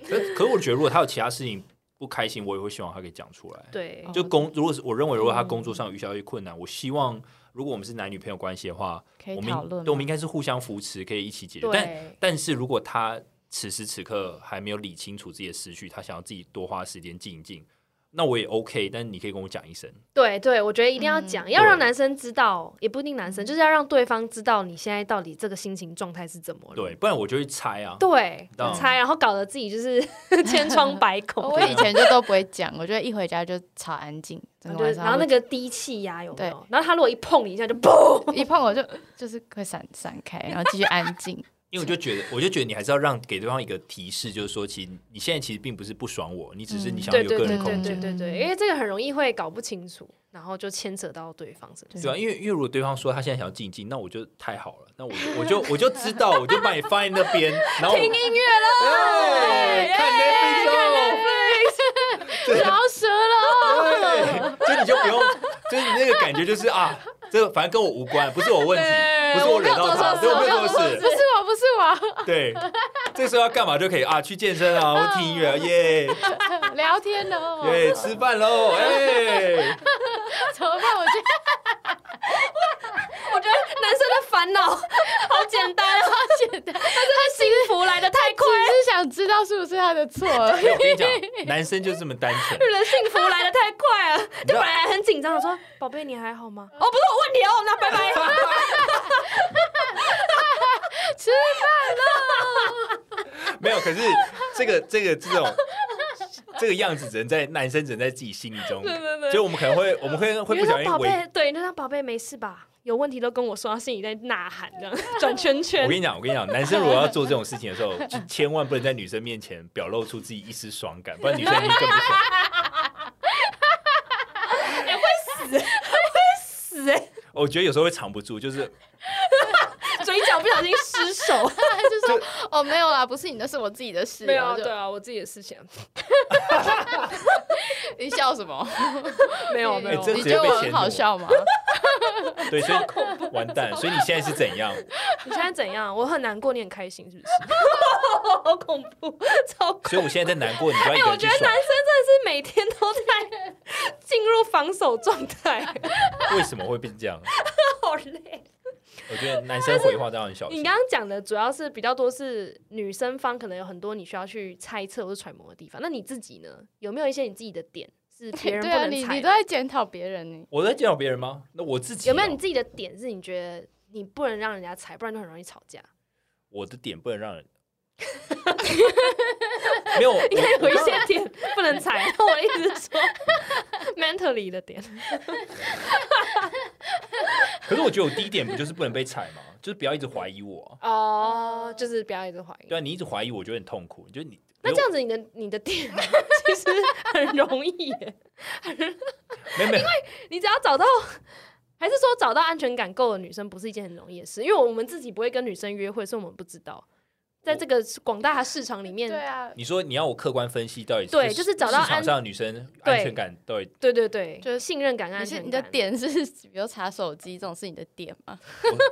可可是我觉得如果他有其他事情不开心，我也会希望他可以讲出来。
对
哦
就工，如果是我认为，如果他工作上有遇到一些困难，我希望如果我们是男女朋友关系的话，
可以
我
讨
们
论吗。
对，我们应该是互相扶持，可以一起解决。但
对，
但是如果他此时此刻还没有理清楚自己的思绪，他想要自己多花时间静一静，那我也 OK。但你可以跟我讲一声，
对对，我觉得一定要
嗯
讲，要
对
让男生知道，也不一定男生，就是要让对方知道你现在到底这个心情状态是怎么了。
对，不然我就会猜啊。
嗯对
懂，
猜，然后搞得自己就是 千疮百孔。
我以前就都不会讲，我觉得一回家就超安静，整
然
个
后就
晚
是
上。
然后那个低气压有没有
对？
然后他如果一碰你一下就嘣，
一碰我就就是会闪闪开，然后继续安 静。
因为我就觉得，我就觉得你还是要让给对方一个提示，就是说，其实你现在其实并不是不爽我，你只是你想要
对嗯
有
对
个
对
人
对对
空间，
对对，因为这个很容易会搞不清楚，然后就牵扯到对方身
对
上。
对啊，因为因为如果对方说他现在想要静一静，那我就太好了，那我就我就我就知道，我就把你放在那边，然后听音乐了，对，看 Netflix 哦。
饶舌了，
对，哎就你就不用，就是你那个感觉就是啊，这个反正跟我无关，不是我问题，不是我惹到他，对，我没有做
不
事，
是我，不是我，
对，这时候要干嘛就可以啊，去健身啊，或听音乐啊，耶
聊天哦。
耶，吃饭喽，哎，
怎么办？我觉得
我觉得男生的烦恼好简单啊，
好 简单，
他幸福来的太快，
只是想知道是不是他的错而已。
没有我跟你讲，男生 就这么单纯，
人幸福来的太快了。
你知
就
道
本来很紧张的说：“宝贝，你还好吗？”哦，不是我问题哦，那拜拜。
吃
没有，可是这个 这个这种。这个样子只能在男生只能在自己心里中，所以我们可能会我们会会
你
不
就
小
说
心
宝
围
贝，对，你就说宝贝没事吧？有问题都跟我说，他心里在呐喊， 这样转圈圈
我跟。你讲，我跟你讲，男生如果要做这种事情的时候， 就千万不能在女生面前表露出自己一丝爽感，不然女生一定更不 爽。
死哎、
我觉得有时候会藏不住，就是
嘴角不小心失手。
饭就说哦，没有啦，不是你的，是我自己的事。
没有啊，
就
对啊，我自己的事情啊
你笑什么？
没有没
哎
有。
这
你
直
觉
接
得
被
我
迁
很
怒
好笑吗？
对，所以完蛋。所以你现在是怎样？
你现在怎样？我很难过，你很开心是不是？ 好恐怖，超恐怖！
所以我现在在难过，你就要一
哎、
个
我
人去
觉得男
爽。
生真的是每天都在 进入防守状 态，
为什么会变这样？
好累。
我觉得男生回话都要很小
你
心。
刚刚讲的主要是比较多是女生方，可能有很多你需要去猜测或者揣摩的地方。那你自己呢？有没有一些你自己的点是别人不
对啊，
能
你
踩
你
的？
都在检讨别人呢。
我在介绍别人吗？那我自己
有没有
哦
你自己的点是你觉得你不能让人家踩，不然就很容易吵架？
我的点不能让人？没有，我
应该有一
我 刚
些点不能踩， 我一直说 mentally 的点。
可是我觉得我第一点不就是不能被踩吗？就是不要一直怀疑我啊。
哦，就是不要一直怀疑
对。啊，你一直怀疑我，就很痛苦。就是你，
那这样子，你的你的点 其实很容易耶，
没有没有，
你只要找到，还是说找到安全感够的女生，不是一件很容易的事，因为我们自己不会跟女生约会，所以我们不知道，在这个广大市场里面，
对啊，
你说你要我客观分析到底
对就是找到
市场
安
上的女生
对
安全感到底，
对对对，
就是
信任感、安
你
全
是
感。
你的点是，比如查手机这种是你的点吗？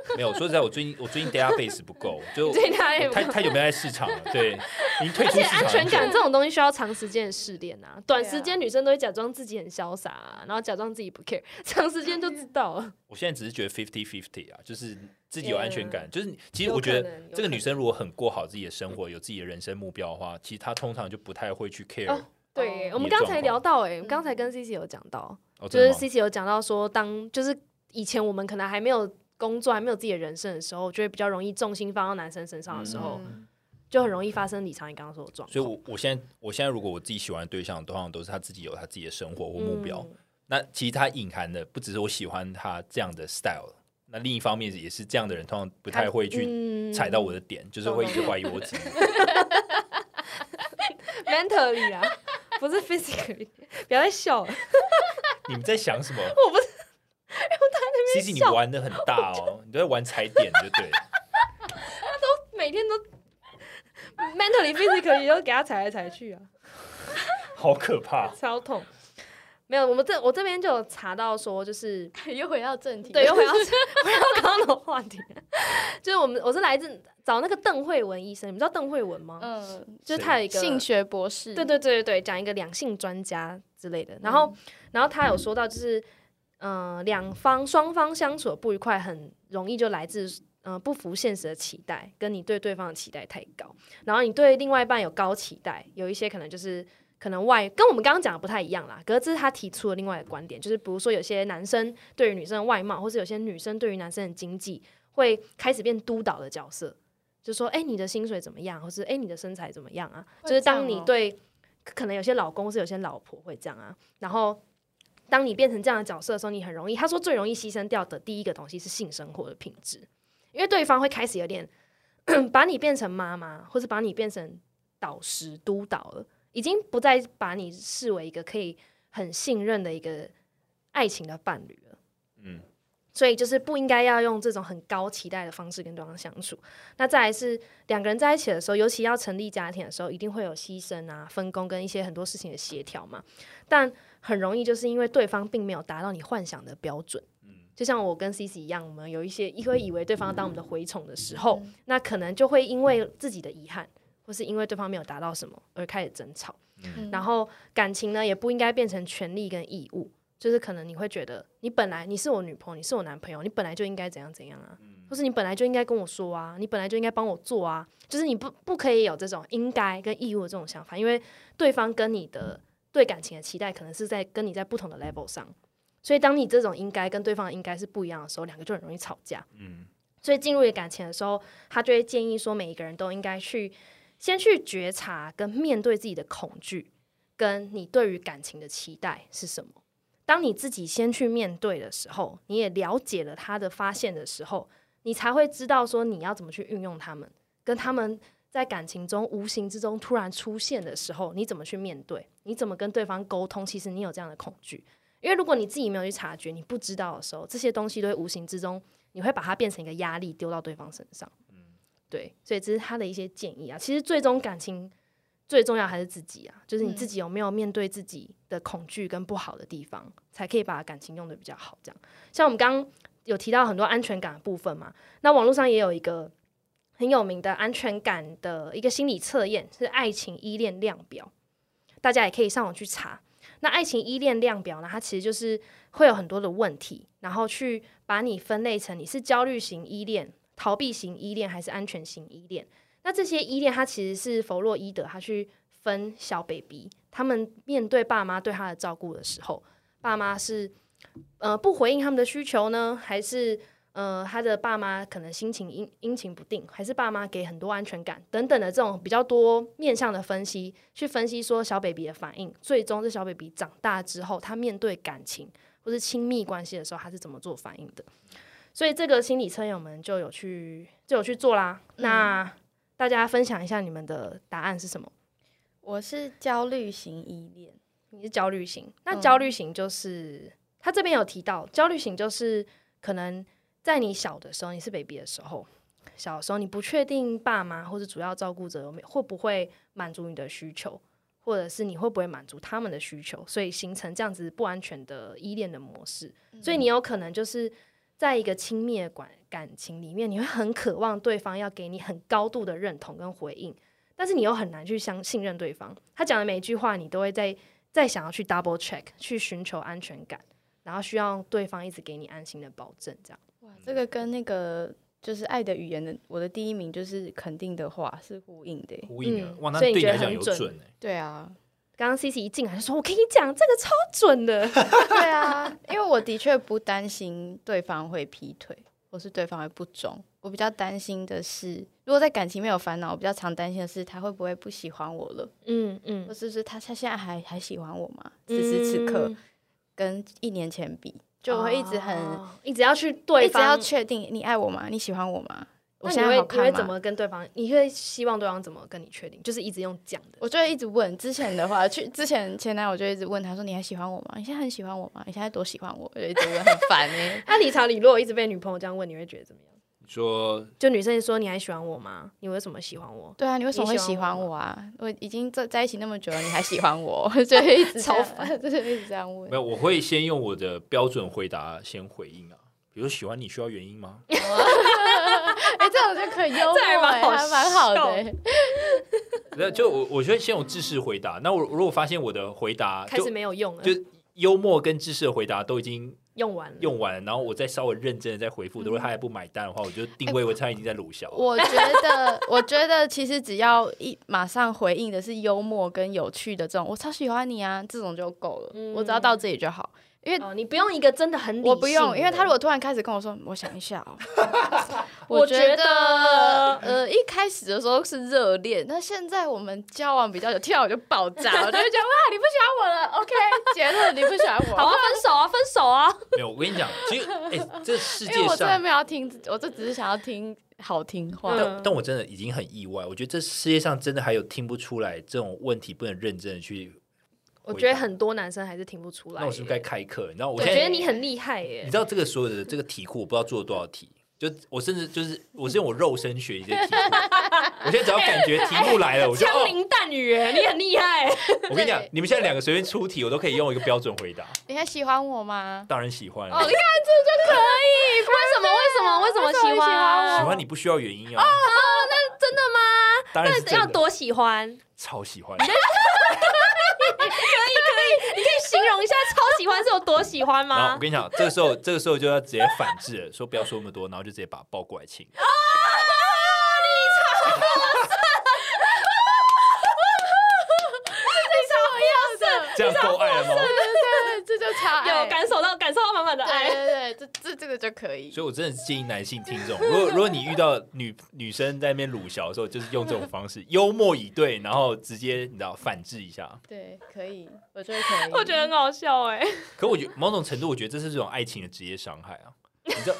我没有。说实在，我最近我最近 database 不够，就
对他也
我太太久没来市场了。对，已经退出市场
安
很久了。
全 感这种东西需要长时间的试炼啊，短时间女生都会假装自己很潇洒、啊，然后假装自己不 care，长时间就知道了。
我现在只是觉得 fifty fifty 啊，就是自己有安全感。就是你其
嗯
实
有
我觉
可
得
能有
这个
可
女生如果很过好自己的生活，有自己的人生目标的话，其实她通常就不太会去 care
哦
哦。
对
哦
耶，我们刚才聊
嗯
到、哎，刚才跟 C C 有讲到，就
哦真的
是
吗
C C 有讲到说，当就是以前我们可能还没有工作，还没有自己的人生的时候，就会比较容易重心放到男生身上的时候，
嗯
就很容易发生李长你刚刚说的状况。
所以我，我现在我现在如果我自己喜欢的对象，通常都是他自己有他自己的生活或目
嗯
标。那其实他隐含的不只是我喜欢他这样的 style，那另一方面也是这样的人通常不太会去
嗯
踩到我的点，就是会一直怀疑我 自己。
mentally 啊，不是 physically，不 要再笑了。
你们在想什么？我不
哎
是，我在那边 C C，你
笑
玩的很大哦，你都在玩踩点，就对了。
每天都 mentally physically 都给他踩来踩去啊，
好可怕。
超痛。没有，我们这我这边就有查到说， 就是
哦 又回到正题，
对，又回到回到刚刚的话题，就是我们我是来自找那个邓慧文医生，你们知道邓慧文吗？
嗯，
就是他有一个
性学博士，
对对对对对，讲一个两性专家之类的。然后，然后他有说到，就是嗯，呃两、方双方相处的不愉快，很容易就来自嗯、呃不服现实的期待，跟你对对方的期待太高，然后你对另外一半有高期待，有一些可能就是。可能外跟我们刚刚讲的不太一样啦，可是这是他提出的另外一个观点，就是比如说有些男生对于女生的外貌，或是有些女生对于男生的经济，会开始变督导的角色，就说：“哎、你的薪水怎么样？”或是“哎、你的身材怎么样啊？”
会
就是
这样
当
哦
你对可能有些老公或是有些老婆会这样啊，然后。当你变成这样的角色的时候，你很容易。他说最容易牺牲掉的第一个东西是性生活的品质，因为对方会开始有点 把你变成妈妈，或是把你变成导师、督导了，已经不再把你视为一个可以很信任的一个爱情的伴侣了。
嗯，
所以就是不应该要用这种很高期待的方式跟对方相处。那再来是两个人在一起的时候，尤其要成立家庭的时候，一定会有牺牲啊、分工跟一些很多事情的协调嘛。但很容易就是因为对方并没有达到你幻想的标准。就像我跟 C C 一样，我们有一些会以为对方当我们的蛔虫的时候，那可能就会因为自己的遗憾，或是因为对方没有达到什么而开始争吵。
嗯
然后感情呢，也不应该变成权利跟义务，就是可能你会觉得你本来你是我女朋友，你是我男朋友，你本来就应该怎样怎样啊，或是你本来就应该跟我说啊，你本来就应该帮我做啊，就是你不不可以有这种应该跟义务的这种想法，因为对方跟你的对感情的期待可能是在跟你在不同的 level 上，所以当你这种应该跟对方的应该是不一样的时候，两个就很容易吵架。
嗯，
所以进入一个感情的时候，他就会建议说，每一个人都应该去先去觉察跟面对自己的恐惧，跟你对于感情的期待是什么。当你自己先去面对的时候，你也了解了他的发现的时候，你才会知道说你要怎么去运用他们，跟他们在感情中无形之中突然出现的时候，你怎么去面对，你怎么跟对方沟通。其实你有这样的恐惧，因为如果你自己没有去察觉，你不知道的时候，这些东西都会无形之中你会把它变成一个压力丢到对方身上。对，所以这是他的一些建议啊。其实最终感情最重要还是自己啊，就是你自己有没有面对自己的恐惧跟不好的地方，才可以把感情用的比较好。这样，像我们刚刚有提到很多安全感的部分嘛，那网络上也有一个很有名的安全感的一个心理测验，是爱情依恋量表，大家也可以上网去查。那爱情依恋量表呢，它其实就是会有很多的问题，然后去把你分类成你是焦虑型依恋、逃避型依恋还是安全型依恋。那这些依恋，它其实是弗洛伊德他去分小 baby 他们面对爸妈对他的照顾的时候，爸妈是呃不回应他们的需求呢，还是嗯、他的爸妈可能心情阴阴晴不定，还是爸妈给很多安全感等等的这种比较多面向的分析，去分析说小 baby 的反应，最终是小 baby 长大之后，他面对感情或是亲密关系的时候，他是怎么做反应的。所以这个心理测验我们就有去就有去做啦。那大家分享一下你们的答案是什么？
我是焦虑型依恋，
你是焦虑型，那焦虑型就是、他这边有提到，焦虑型就是可能在你小的时候，你是 baby 的时候，小的时候你不确定爸妈或是主要照顾者有没有会不会满足你的需求，或者是你会不会满足他们的需求，所以形成这样子不安全的依恋的模式，所以你有可能就是。在一个亲密的感感情里面，你会很渴望对方要给你很高度的认同跟回应，但是你又很难去相信任对方。他讲的每一句话，你都会在再想要去 double check，去寻求安全感，然后需要对方一直给你安心的保证，这样。
哇，这个跟那个就是《爱的语言》的我的第一名就是肯定的话是呼应的耶。欸
呼应啊，
嗯
哇，那
所以你
对你
觉得
来讲
很
有
准
准哎，
对啊，
刚刚 C C 一进来就说：“我跟你讲，这个超准的。
对啊，因为我的确不担心对方会劈腿，或是对方会不忠。我比较担心的是，如果在感情没有烦恼，我比较常担心的是他会不会不喜欢我了，
嗯”嗯
或是不是他他现在还还喜欢我吗？此时此刻、
嗯
跟一年前比，就会一直很、
哦一直要去对
一直要
方。
确定你爱我吗？你喜欢我吗？我
那
现在
你会
好
你会
看
怎
吗？
么跟对方？你会希望对方怎么跟你确定？就是一直用讲的。
我就会一直问之前的话，去之前前男友就一直问他说：“你还喜欢我吗？你现在很喜欢我吗？你现在多喜欢我？”我就一直问，很烦哎、
那理查，你如果一直被女朋友这样问，你会觉得怎么样？
你说
就女生说你还喜欢我吗？你为什么喜欢我？
对啊，你为什么会
你喜
喜
欢
欢我啊？我已经在在一起那么久了，你还喜欢我， 就会一直这样
超烦，
就是一直这样问
没。有，我会先用我的标准回答先回应啊，比如喜欢你需要原 因吗？
哎，这种就可以幽默
这还
欸，
蛮好
还蛮好的
笑
欸。
那就我我觉得先有知识回答，那我如果发现我的回答
开始
就
没有用了，
就幽默跟知识的回答都已经
用完了。
用完了，然后我再稍微认真的再
嗯
回复，如果他还不买单的话，我就定位我他已经在鲁小
哎
了。
我觉得，我觉得其实只要一马上回应的是幽默跟有趣的这种，我超喜欢你啊，这种就够了。我只要到这里就好，
哦，你不用一个真的很理性的，
我不用，因为他如果突然开始跟我说，我想一下 哦，
我
觉
觉得
得呃，一开始的时候是热恋，那现在我们交往比较久，听到我就爆炸，我就会 觉得哇，你不喜欢我了，OK，结论你不喜欢
好
我。
啊，分手啊，分手啊，
没有，我跟你讲，其实哎、这世
因为
界
我真的
上，
没有要听，我就只是想要听好听话。
嗯
但我真的已经很意外，我觉得这世界上真的还有听不出来这种问题不能认真的去。
我觉得，很多男生还是听不出来耶。
那我是不是该开课？你知道我
我
现
觉
在
得你很厉害耶
你知！道这个所有的这个题库，我不知道做了多少题，就我甚至就是我是用我肉身学一些题库，我现在只要感觉题目来 了，我就
枪
哦，
林弹雨耶，你很厉害。
我跟你讲
对，
你们现在两个随便出题，我都可以用一个标准回答，
你还喜欢我吗？
当然喜欢，
哦，你看这就可以。为什么？为什么？为什么喜
为什么喜
欢？哦
欢
喜欢你不需要原因啊，
真的吗？
当然是
那
真
要
的，
多喜欢？你
超喜欢，
可以形容一下超喜欢是有多喜欢
然后
吗
我？跟你讲，这个时候这个时候就要直接反制了，说不要说那么多，然后就直接把他抱过来亲。 这样够爱了吗？
对，这就超爱
有感受到感受到满满的
对
爱。
对对，这这这个就可以。
所以，我真的是建议男性听众，如果如果你遇到女女生在那边鲁小的时候，就是用这种方式，幽默以对，然后直接你知道反制一下。
对，可以，我觉得可以。
我觉得很好笑哎，
可我觉得某种程度，我觉得这是这种爱情的职业伤害啊。你知道，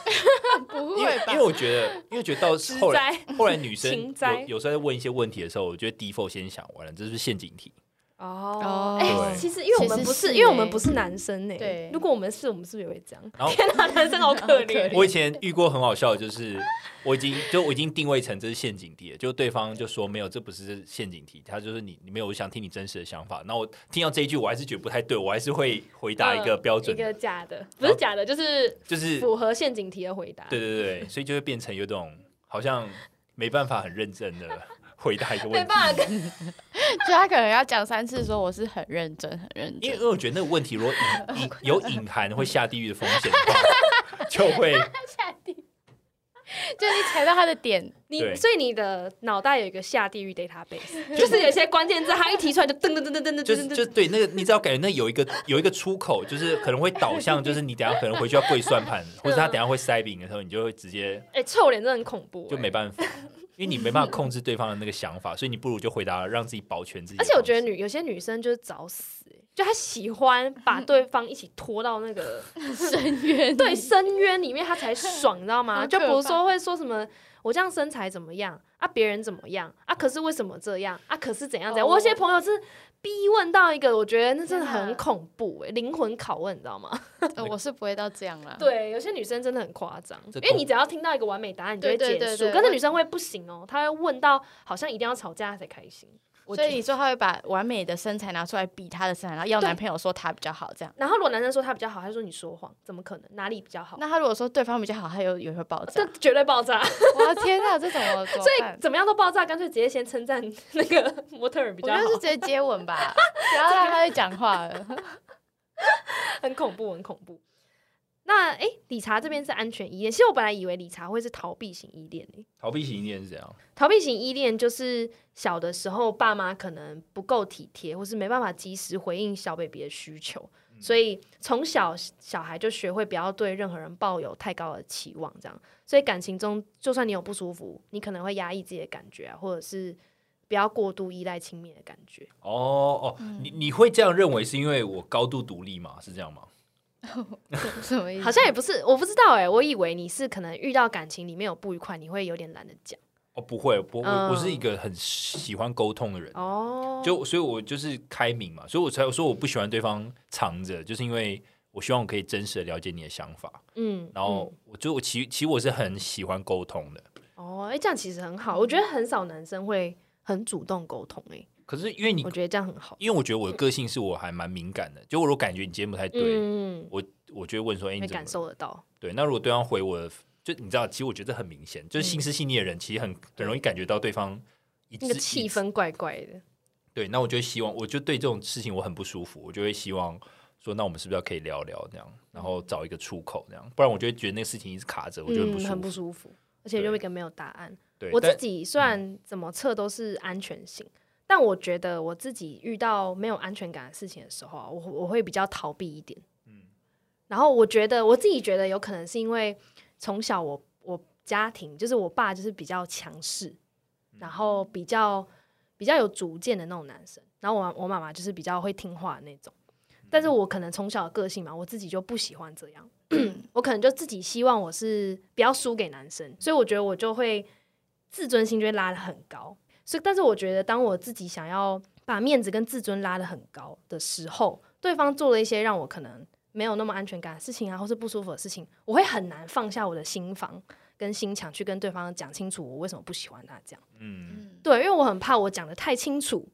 不
因
会
为
吧
因为？我觉得，因为觉得 到
实
后来
在
后来 女
情
生
灾
有有时候在问一些问题的时候，我觉得 default 先想完了，这是不是陷阱题。
哦
哦，
哎，
对
其实因为我们不
其实
是，欸
是
因为我们不是男生哎。
对
如果我们是，我们是不是也会这样？
然后
天哪，男 生好可怜。
我以前遇过很好笑的，就是 我已经就我已经定位成这是陷阱题了，就对方就说没有，这不是陷阱题，他就是你你没有，我想听你真实的想法。那我听到这一句，我还是觉得不太对，我还是会回答一个标准
嗯一
的，
个假的，不是假的，就是
就是
符合陷阱题的回答。
对对对，所以就会变成有种好像没办法很认真的回答一个
没
问题，
办法跟
就他可能要讲三次，说我是很认真，很认
因为
真
因。为我觉得那个问题如 果隐 隐有隐含会下地狱的风险的话，就会
就你踩到他的点，
你
对
所以你的脑袋有一个下地狱 database，就是有些关键字，它一提出来就噔噔噔噔噔噔
就是
噔
就
噔，
对那个，你只要感觉那有一个有一个出口，就是可能会导向，就是你等一下可能回去要跪算盘，或者他等一下会塞饼的时候，你就会直接
哎，臭脸真的很恐怖，
就
哎
没办法，因为你没办法控制对方的那个想法，所以你不如就回答，让自己保全自己的
而
方
且
式。
我觉得女有些女生就是找死、欸就她喜欢 把对方一起拖到那个
深渊
对深渊里面，她才爽，你知道吗？
好
就
可
比
怕
如说会说什么我这样身材怎么样啊，别人怎么样啊，可是为什么这样啊，可是怎样怎样。
哦
我有些朋友是逼问到一个，我觉得那真的
天
很
哪
恐怖、欸，灵魂拷问，你知道 吗？
呃我是不会到这样啦。
对，有些女生真的很夸张，
这
因
都
为你只要听到一个完美答案，你就会
对
结
对对
束。
对
可是
我
女生会不行哦，她会问到好像一定要吵架才开心。我
所
觉
以
得
你说他会把完美的身材拿出来比他的身材，然后要
对
男朋友说他比较好这样。
然后如果男生说他比较好，他说你说谎，怎么可能？哪里比较好？
那他如果说对方比较好，他有也会爆炸
这。绝对爆炸！
我的天哪，这怎么怎么
所以
办？
怎么样都爆炸，干脆直接先称赞那个模特儿比
我
较好
就，是直接接吻吧，不要让他去讲话了。
很恐怖，很恐怖。那诶，理查这边是安全依恋。其实我本来以为理查会是逃避型依恋诶、
逃避型恋是怎样？
逃避型依恋就是小的时候爸妈可能不够体贴，或是没办法及时回应小 baby 的需求，所以从小小孩就学会不要对任何人抱有太高的期望，这样。所以感情中，就算你有不舒服，你可能会压抑自己的感觉啊，或者是不要过度依赖亲密的感觉。
哦哦，
嗯
你你会这样认为是因为我高度独立吗？是这样吗？
什么意思？
好像也不是，我不知道哎、我以为你是可能遇到感情里面有不愉快，你会有点懒得讲
哦，不会，不，我
嗯
我是一个很喜欢沟通的人，
哦
就所以，我就是开明嘛，所以我才说我不喜欢对方藏着，就是因为我希望我可以真实的了解你的想法。
嗯
然后，我就我其其实我是很喜欢沟通的，
哦，哎、这样其实很好，我觉得很少男生会很主动沟通、欸，
可是因为你
我，觉得这样很好。
因为我觉得我的个性是我还蛮敏感的，就我如果感觉你今天不太对，
嗯，
我我就会问说，哎、
你
你
会
怎么
感
了？
受得到。
对，那如果对方回我的，就你知道，其实我觉得这很明显，就
嗯
是心思细腻的人，其实很很容易感觉到对方一
那个
致
气。
一致
氛怪怪的，
对，那我就会希望，我就对这种事情我很不舒服，我就会希望说，那我们是不是要可以聊聊这样，然后找一个出口这样，不然我就会觉得那个事情一直卡着，我就很不
嗯，
舒服。
很不舒服，而且
对
就会跟没有答案。
对，
我自
但嗯
己虽然怎么测都是安全性，但我觉得我自己遇到没有安全感的事情的时候啊，我我会比较逃避一点。
嗯
然后我觉得我自己觉得有可能是因为从小我我家庭就是我爸就是比较强势，然后
嗯
比较比较有主见的那种男生，然后我我妈妈就是比较会听话的那种。
嗯
但是我可能从小的个性嘛，我自己就不喜欢这样， 我可能就自己希望我是不要输给男生，所以我觉得我就会自尊心就会拉得很高。所以，但是我觉得，当我自己想要把面子跟自尊拉得很高的时候，对方做了一些让我可能没有那么安全感的事情啊，或是不舒服的事情，我会很难放下我的心房跟心墙去跟对方讲清楚我为什么不喜欢他这样。
嗯，
嗯
对，因为我很怕我讲的太清楚，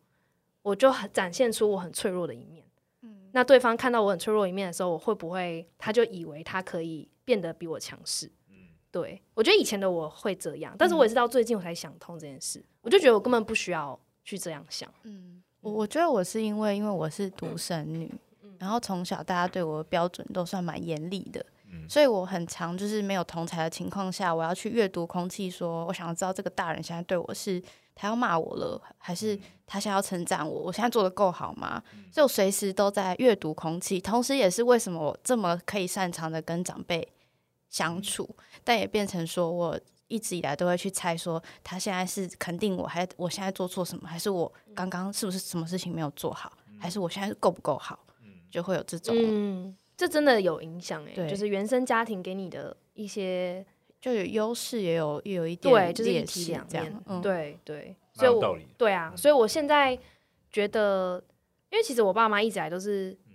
我就很展现出我很脆弱的一面。
嗯
那对方看到我很脆弱一面的时候，我会不会他就以为他可以变得比我强势？
嗯
对，我觉得以前的我会这样，但是
嗯
我也是到最近我才想通这件事，我就觉得我根本不需要去这样想。
嗯，我我觉得我是因为因为我是独生女，然后从小大家对我的标准都算蛮严厉的，
嗯
所以我很常就是没有同才的情况下，我要去阅读空气说，我想要知道这个大人现在对我是他要骂我了，还是他想要称赞我？我现在做的够好吗？所以我随时都在阅读空气，同时也是为什么我这么可以擅长的跟长辈相处，但也变成说我一直以来都会去猜说他现在是肯定我，还我现在做错什么，还是我刚刚是不是什么事情没有做好，还是我现在够不够好，就会有这种
嗯，这真的有影响哎、
对
就是原生家庭给你的一些
就有优势，也有也有一点
对，就是一
劣
体
势
两
这
面
样。，嗯，
对对，所以
蛮有
我
道理的。嗯
对啊，所以我现在觉得，因为其实我爸妈一直以来都是，
嗯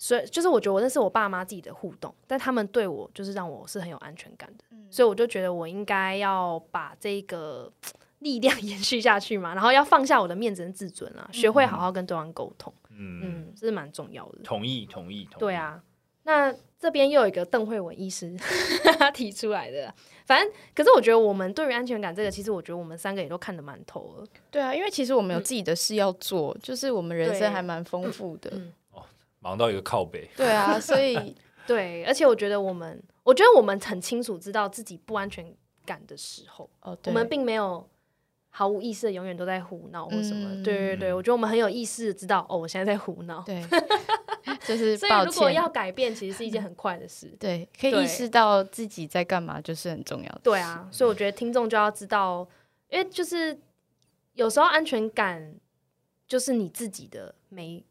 所以就是我觉得我那是我爸妈自己的互动，但他们对我就是让我是很有安全感的，
嗯
所以我就觉得我应该要把这个 力量延续下去嘛，然后要放下我的面子跟自尊啊，
嗯
学会好好跟对方沟通，
嗯，
嗯，这是蛮重要的。
同意同意同意。
对，啊，那这边又有一个邓慧文医师 提出来的，反正可是我觉得我们对于安全感这个，其实我觉得我们三个也都看得蛮透了。
对啊，因为其实我们有自己的事要做，就是我们人
嗯对嗯
生还蛮丰富的。
忙到一个靠背。
对 啊，所以
对，而且我觉得我们，我觉得我们很清楚知道自己不安全感的时候，
哦，对
我们并没有毫无意识的永远都在胡闹或什么。
嗯
对对对，我觉得我们很有意识地知道哦，我现在在胡闹。
对，就是
所
抱
以如果
歉，
要改变，其实是一件很快的事。
对，可以
对
意识到自己在干嘛，就是很重要的。嗯
对，啊，所以我觉得听众就要知道，因为就是有时候安全感就是你自己的没，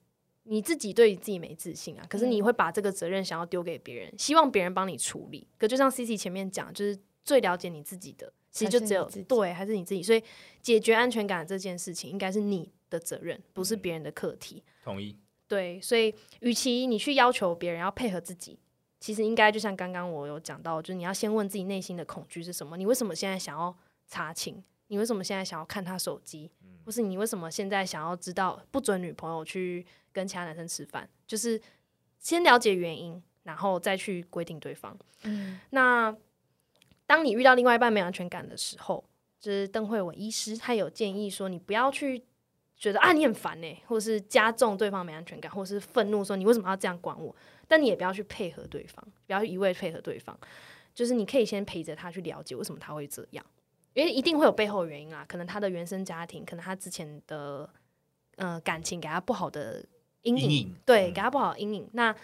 你自己对于自己没自信啊。可是
嗯
你会把这个责任想要丢给别人，希望别人帮你处理。可就像 C C 前面讲，就是最了解你自己的，其实就只有
还是你自己
对，还是你自己。所以解决安全感这件事情，应该是你的责任，不是别人的课题。
同意。
对，所以与其你去要求别人要配合自己，其实应该就像刚刚我有讲到，就是你要先问自己内心的恐惧是什么，你为什么现在想要查寝？你为什么现在想要看他手机？或是你为什么现在想要知道不准女朋友去跟其他男生吃饭？就是先了解原因，然后再去规定对方。
嗯，
那当你遇到另外一半没有安全感的时候，就是邓慧文医师，他有建议说，你不要去觉得啊你很烦呢、或是加重对方没安全感，或是愤怒说你为什么要这样管我，但你也不要去配合对方，不要一味配合对方，就是你可以先陪着他去了解为什么他会这样，因为一定会有背后的原因啦，可能他的原生家庭，可能他之前的呃感情给他不好的阴
阴
影，
影
对，
嗯
给他不好的阴影。那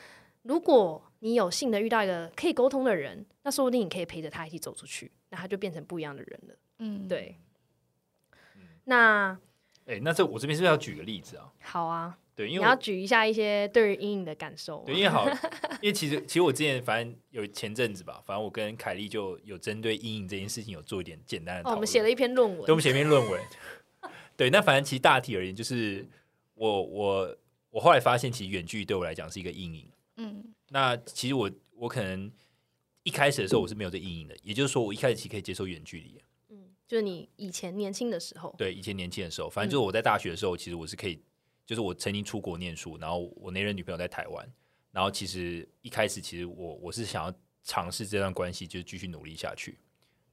如果你有幸的遇到一个可以沟通的人，那说不定你可以陪着他一起走出去，那他就变成不一样的人了。
嗯，
对，
嗯
那
哎、那这我这边是不是要举个例子啊？
好啊，
对，
你
因为
要
我
举一下一些对于阴影的感受
对，
吗。
因为 好，因为其实其实我之前反正有前阵子吧，反正我跟凯莉就有针对阴影这件事情有做一点简单的
哦，
讨论、
我们写了一篇论
对，我
文，
们写一篇论文。 对，那反正其实大体而言，就是我我我后来发现，其实远距离对我来讲是一个阴影。
嗯
那其实我我可能一开始的时候我是没有这阴影的，也就是说我一开始其实可以接受远距离。
嗯，就是你以前年轻的时候，
对，以前年轻的时候，反正就是我在大学的时候，其实我是可以，就是我曾经出国念书，然后我那任女朋友在台湾，然后其实一开始其实我我是想要尝试这段关系，就是继续努力下去，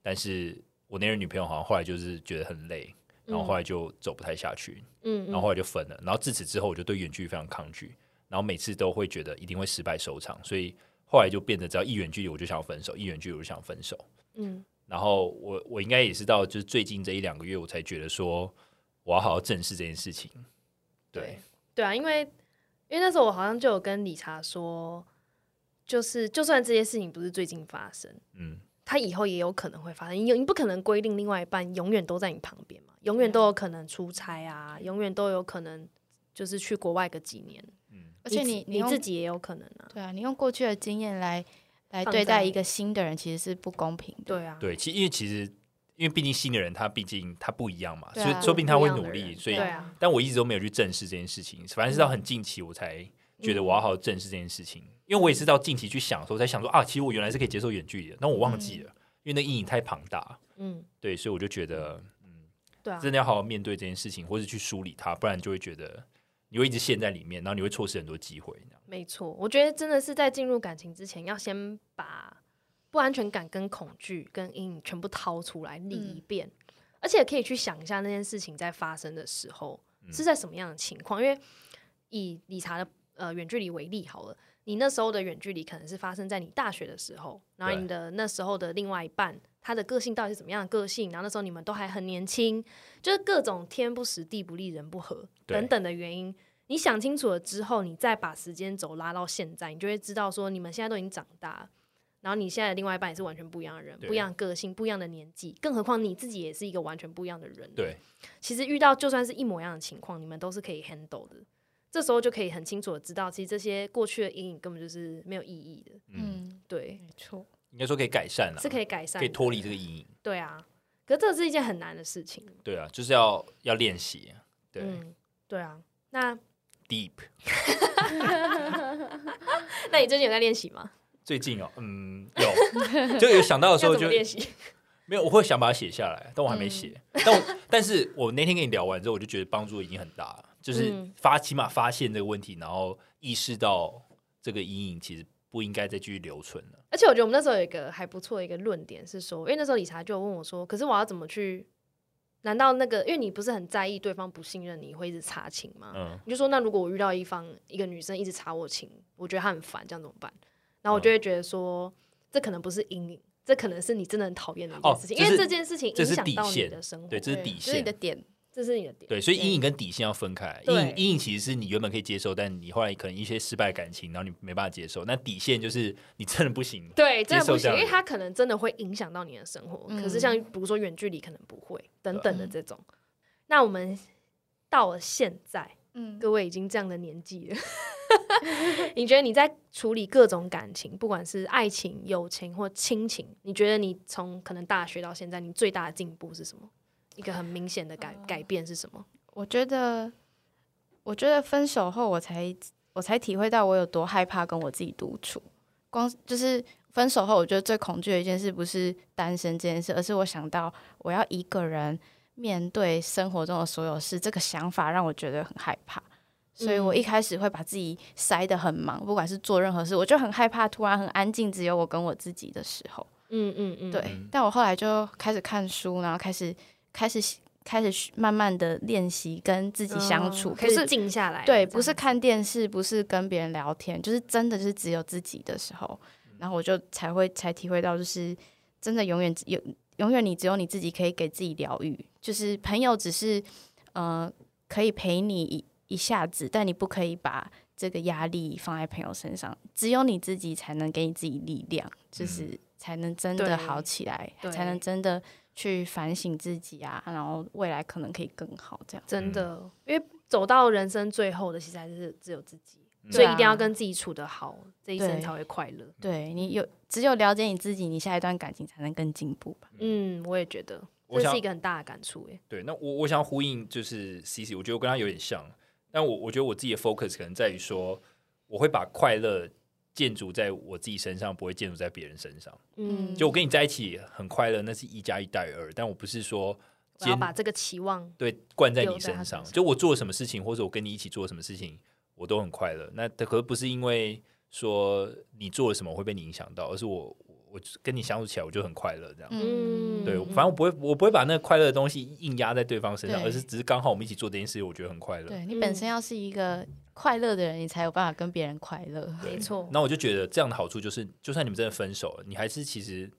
但是我那任女朋友好像后来就是觉得很累，然后后来就走不太下去，
嗯，
然后后来就分了。然后自此之后，我就对远距离非常抗拒，然后每次都会觉得一定会失败收场，所以后来就变得只要一远距离我就想要分手，一远距离我就想分手。
嗯
然后我我应该也是到就是最近这一两个月，我才觉得说我要好好正视这件事情。对，
对啊，因为因为那时候我好像就有跟理查说，就是就算这些事情不是最近发生，
嗯，
他以后也有可能会发生。你有你不可能规定另外一半永远都在你旁边嘛，永远都有可能出差啊，永远都有可能就是去国外个几年，
而且
你
你
自你
用
自己也有可能啊。
对啊，你用过去的经验来来
放
对
在
待一个新的人，其实是不公平的。
对啊，
对，其因为其实因为毕竟新的人他毕竟他不一样嘛，
对
所
啊
以说不定他会
不一样
努
的人
力，所以
对啊，
但我一直都没有去正视这件事情，反正是到很近期我才觉得我要好好正视这件事情，因为我也是到近期去想的时候才想说啊，其实我原来是可以接受远距离的，但我忘记了，因为那阴影太庞大，
嗯，
对，所以我就觉得
对啊，
真的要好好面对这件事情，或是去梳理它，不然就会觉得你会一直陷在里面，然后你会错失很多机会。这样
没错。我觉得真的是在进入感情之前，要先把不安全感、跟恐惧、跟阴影全部掏出来理
嗯
一遍，而且可以去想一下那件事情在发生的时候
嗯
是在什么样的情况，因为以理查的呃远距离为例好了，你那时候的远距离可能是发生在你大学的时候，然后
对
你的那时候的另外一半，他的个性到底是怎么样的个性，然后那时候你们都还很年轻，就是各种天不时、地不利、人不和
对
等等的原因。你想清楚了之后，你再把时间轴拉到现在，你就会知道说你们现在都已经长大了，然后你现在的另外一半也是完全不一样的人，
对
不一样的个性，不一样的年纪，更何况你自己也是一个完全不一样的人。
对，
其实遇到就算是一模一样的情况，你们都是可以 handle 的。这时候就可以很清楚的知道，其实这些过去的阴影根本就是没有意义的，
嗯，
嗯，
对，
没错。
应该说可以改善了，
啊是可以改善的，
可以脱离这个阴影。
对啊，可是这是一件很难的事情。
对啊，就是要要练习。啊对、
嗯，对啊。那
d e e p
那你最近有在练习吗？
最近哦，嗯，有 就有想到的 时
要
候
怎么
就
练习？
没有，我会想把它写下来，但我还没写。
嗯
但我 但是我那天跟你聊完之后，我就觉得帮助已经很大了，就是
嗯
发起码发现这个问题，然后意识到这个阴影其实不应该再继续留存了。
而且我觉得我们那时候有一个还不错的一个论点是说，因为那时候理查就有问我说，可是我要怎么去？难道那个因为你不是很在意对方不信任你，会一直查情吗？
嗯，
你就说，那如果我遇到一方一个女生
嗯
一直查我情，我觉得她很烦，这样怎么办？然后我就会觉得说，这可能不是阴影，这可能是你真的很讨厌的一
哦
件事情，
这
因
是
为这件事情
这
影
是
响
底
到你
线
的生活，
对，这是
对
底
就是你的
线，
点，嗯
这是你的点。
对，所以
对
阴影跟底线要分开。阴
对
影阴影其实是你原本可以接受，但你后来可能一些失败的感情，然后你没办法接受。那底线就是你真的不行，
对，
接
真的
受
不
这
行，
样
因为
的
它可能真的会影响到你的生活。
嗯
可是像比如说远距离，可能不会等等的
嗯
这种。那我们到了现在，
嗯，
各位已经这样的年纪了， 你觉得你在处理各种感情，不管是爱情、友情或亲情，你觉得你从可能大学到现在，你最大的进步是什么？一个很明显的改改变是什么？
我觉得，我觉得分手后，我才我才体会到我有多害怕跟我自己独处。光就是分手后，我觉得最恐惧的一件事不是单身这件事，而是我想到我要一个人面对生活中的所有事，这个想法让我觉得很害怕。所以我一开始会把自己塞得很忙，不管是做任何事，我就很害怕突然很安静，只有我跟我自己的时候。
嗯嗯嗯，
对，但我后来就开始看书，然后开始开始开始学慢慢的练习跟自己相处，
嗯
不
开始
是
静下来了，
对，
这
不是
样子
看电视，不是跟别人聊天，就是真的就是只有自己的时候，
嗯
然后我就才会才体会到，就是真的永远只有永远你只有你自己可以给自己疗愈，就是朋友只是呃可以陪你一一下子，但你不可以把这个压力放在朋友身上，只有你自己才能给你自己力量，就是才能真
嗯对
的好起来，
对
才能真的去反省自己啊，然后未来可能可以更好这样。
真的，因为走到人生最后的，其实还是只有自己，
嗯
所
对
以一
啊
定要跟自己处得好，这一生
对
才会快乐。
对你有只有了解你自己，你下一段感情才能更进步吧。
嗯，我也觉得
我
这
想
是一个很大的感触耶。
对，那我我想呼应就是 C C，我觉得我跟他有点像，但我我觉得我自己的 focus 可能在于说，我会把快乐建筑在我自己身上，不会建筑在别人身上。
嗯，
嗯
就我跟你在一起很快乐，那是一加一大于二，但我不是说
我要
坚
把这个期望，
对灌在
留
你
在他身
身上。
上
就我做什么事情，或者我跟你一起做什么事情，我都很快乐。那可是不是因为说你做了什么会被你影响到，而是我我我跟你相处起来我就很快乐这样。
嗯
对，
嗯
反正我不会，我不会把那个快乐的东西硬压在对方身上，
对
而是只是刚好我们一起做这件事情，我觉得很快乐。
对你
嗯
本身要是一个快乐的人，你才有办法跟别人快乐。
没错，
那我就觉得这样的好处就是，就算你们真的分手了，你还是其实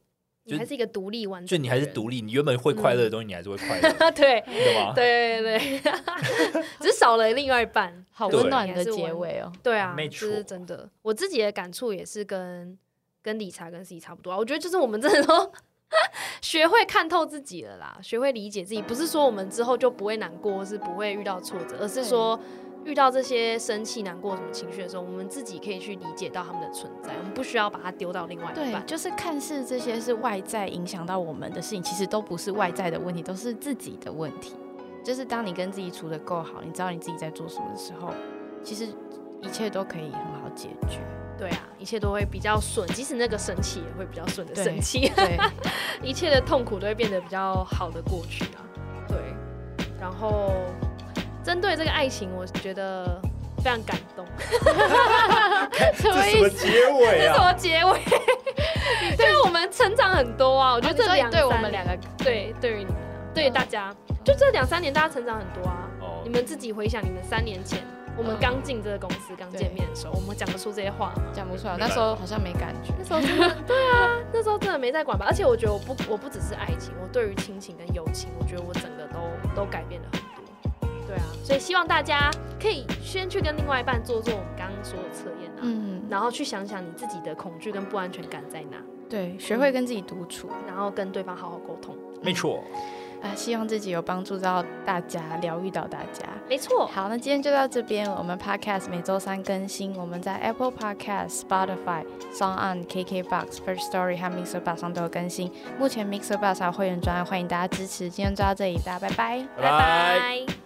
你还是一个独立完
就
整的人，
你还是独立，你原本会快乐的东西，你还是会快乐，
啊，对。
你懂 吗？
对对对，只是少了另外一半。
好
对
温暖
还
的
是温
结尾哦，
对啊，
没
这
错
是真的。我自己的感触也是跟跟理查跟 C 差不多啊。我觉得就是我们真的都 学会看透自己了啦，学会理解自己。不是说我们之后就不会难过，或是不会遇到挫折，而是说遇到这些生气、难过什么情绪的时候，我们自己可以去理解到他们的存在，我们不需要把它丢到另外一
对，
半。
就是看似这些是外在影响到我们的事情，其实都不是外在的问题，都是自己的问题。就是当你跟自己处的够好，你知道你自己在做什么的时候，其实一切都可以很好解决。
对啊，一切都会比较顺，即使那个生气也会比较顺的
对
生气。
对，
一切的痛苦都会变得比较好的过去啊。对，然后针对这个爱情，我觉得非常感 动。
什么
这什
意
么
思？
结尾
这什
啊？
么结 尾？对我们成长很多啊，我觉得
你
这
说
两
你对我
三
们两个嗯
对对于你们啊，对于大家，就这两三年大家成长很多啊。
哦
你们自己回想，你们三年前我
嗯
们刚进这个公司、刚见面的时候，我们讲得出这些话吗？
讲不出来，
没
那
办法
时候好像没感觉。
那时候真的对啊，那时候真的没在管吧。而且我觉得我不我不只是爱情，我对于亲情跟友情，我觉得我整个都都改变了很多。对啊，所以希望大家可以先去跟另外一半做做我们刚刚说的测验啊，
嗯，
然后去想想你自己的恐惧跟不安全感在哪，
对，学会跟自己独处。
然后跟对方好好沟通。
没错，
啊，希望自己有帮助到大家，疗愈到大家。
没错，
好，那今天就到这边了。我们 Podcast 每周三更新，我们在 Apple Podcast、Spotify、Song On、KKBox、First Story 和 Mixer Box 上都有更新。目前 Mixer Box 还有会员专案，欢迎大家支持。今天就到这里，大家拜拜。
拜拜。
拜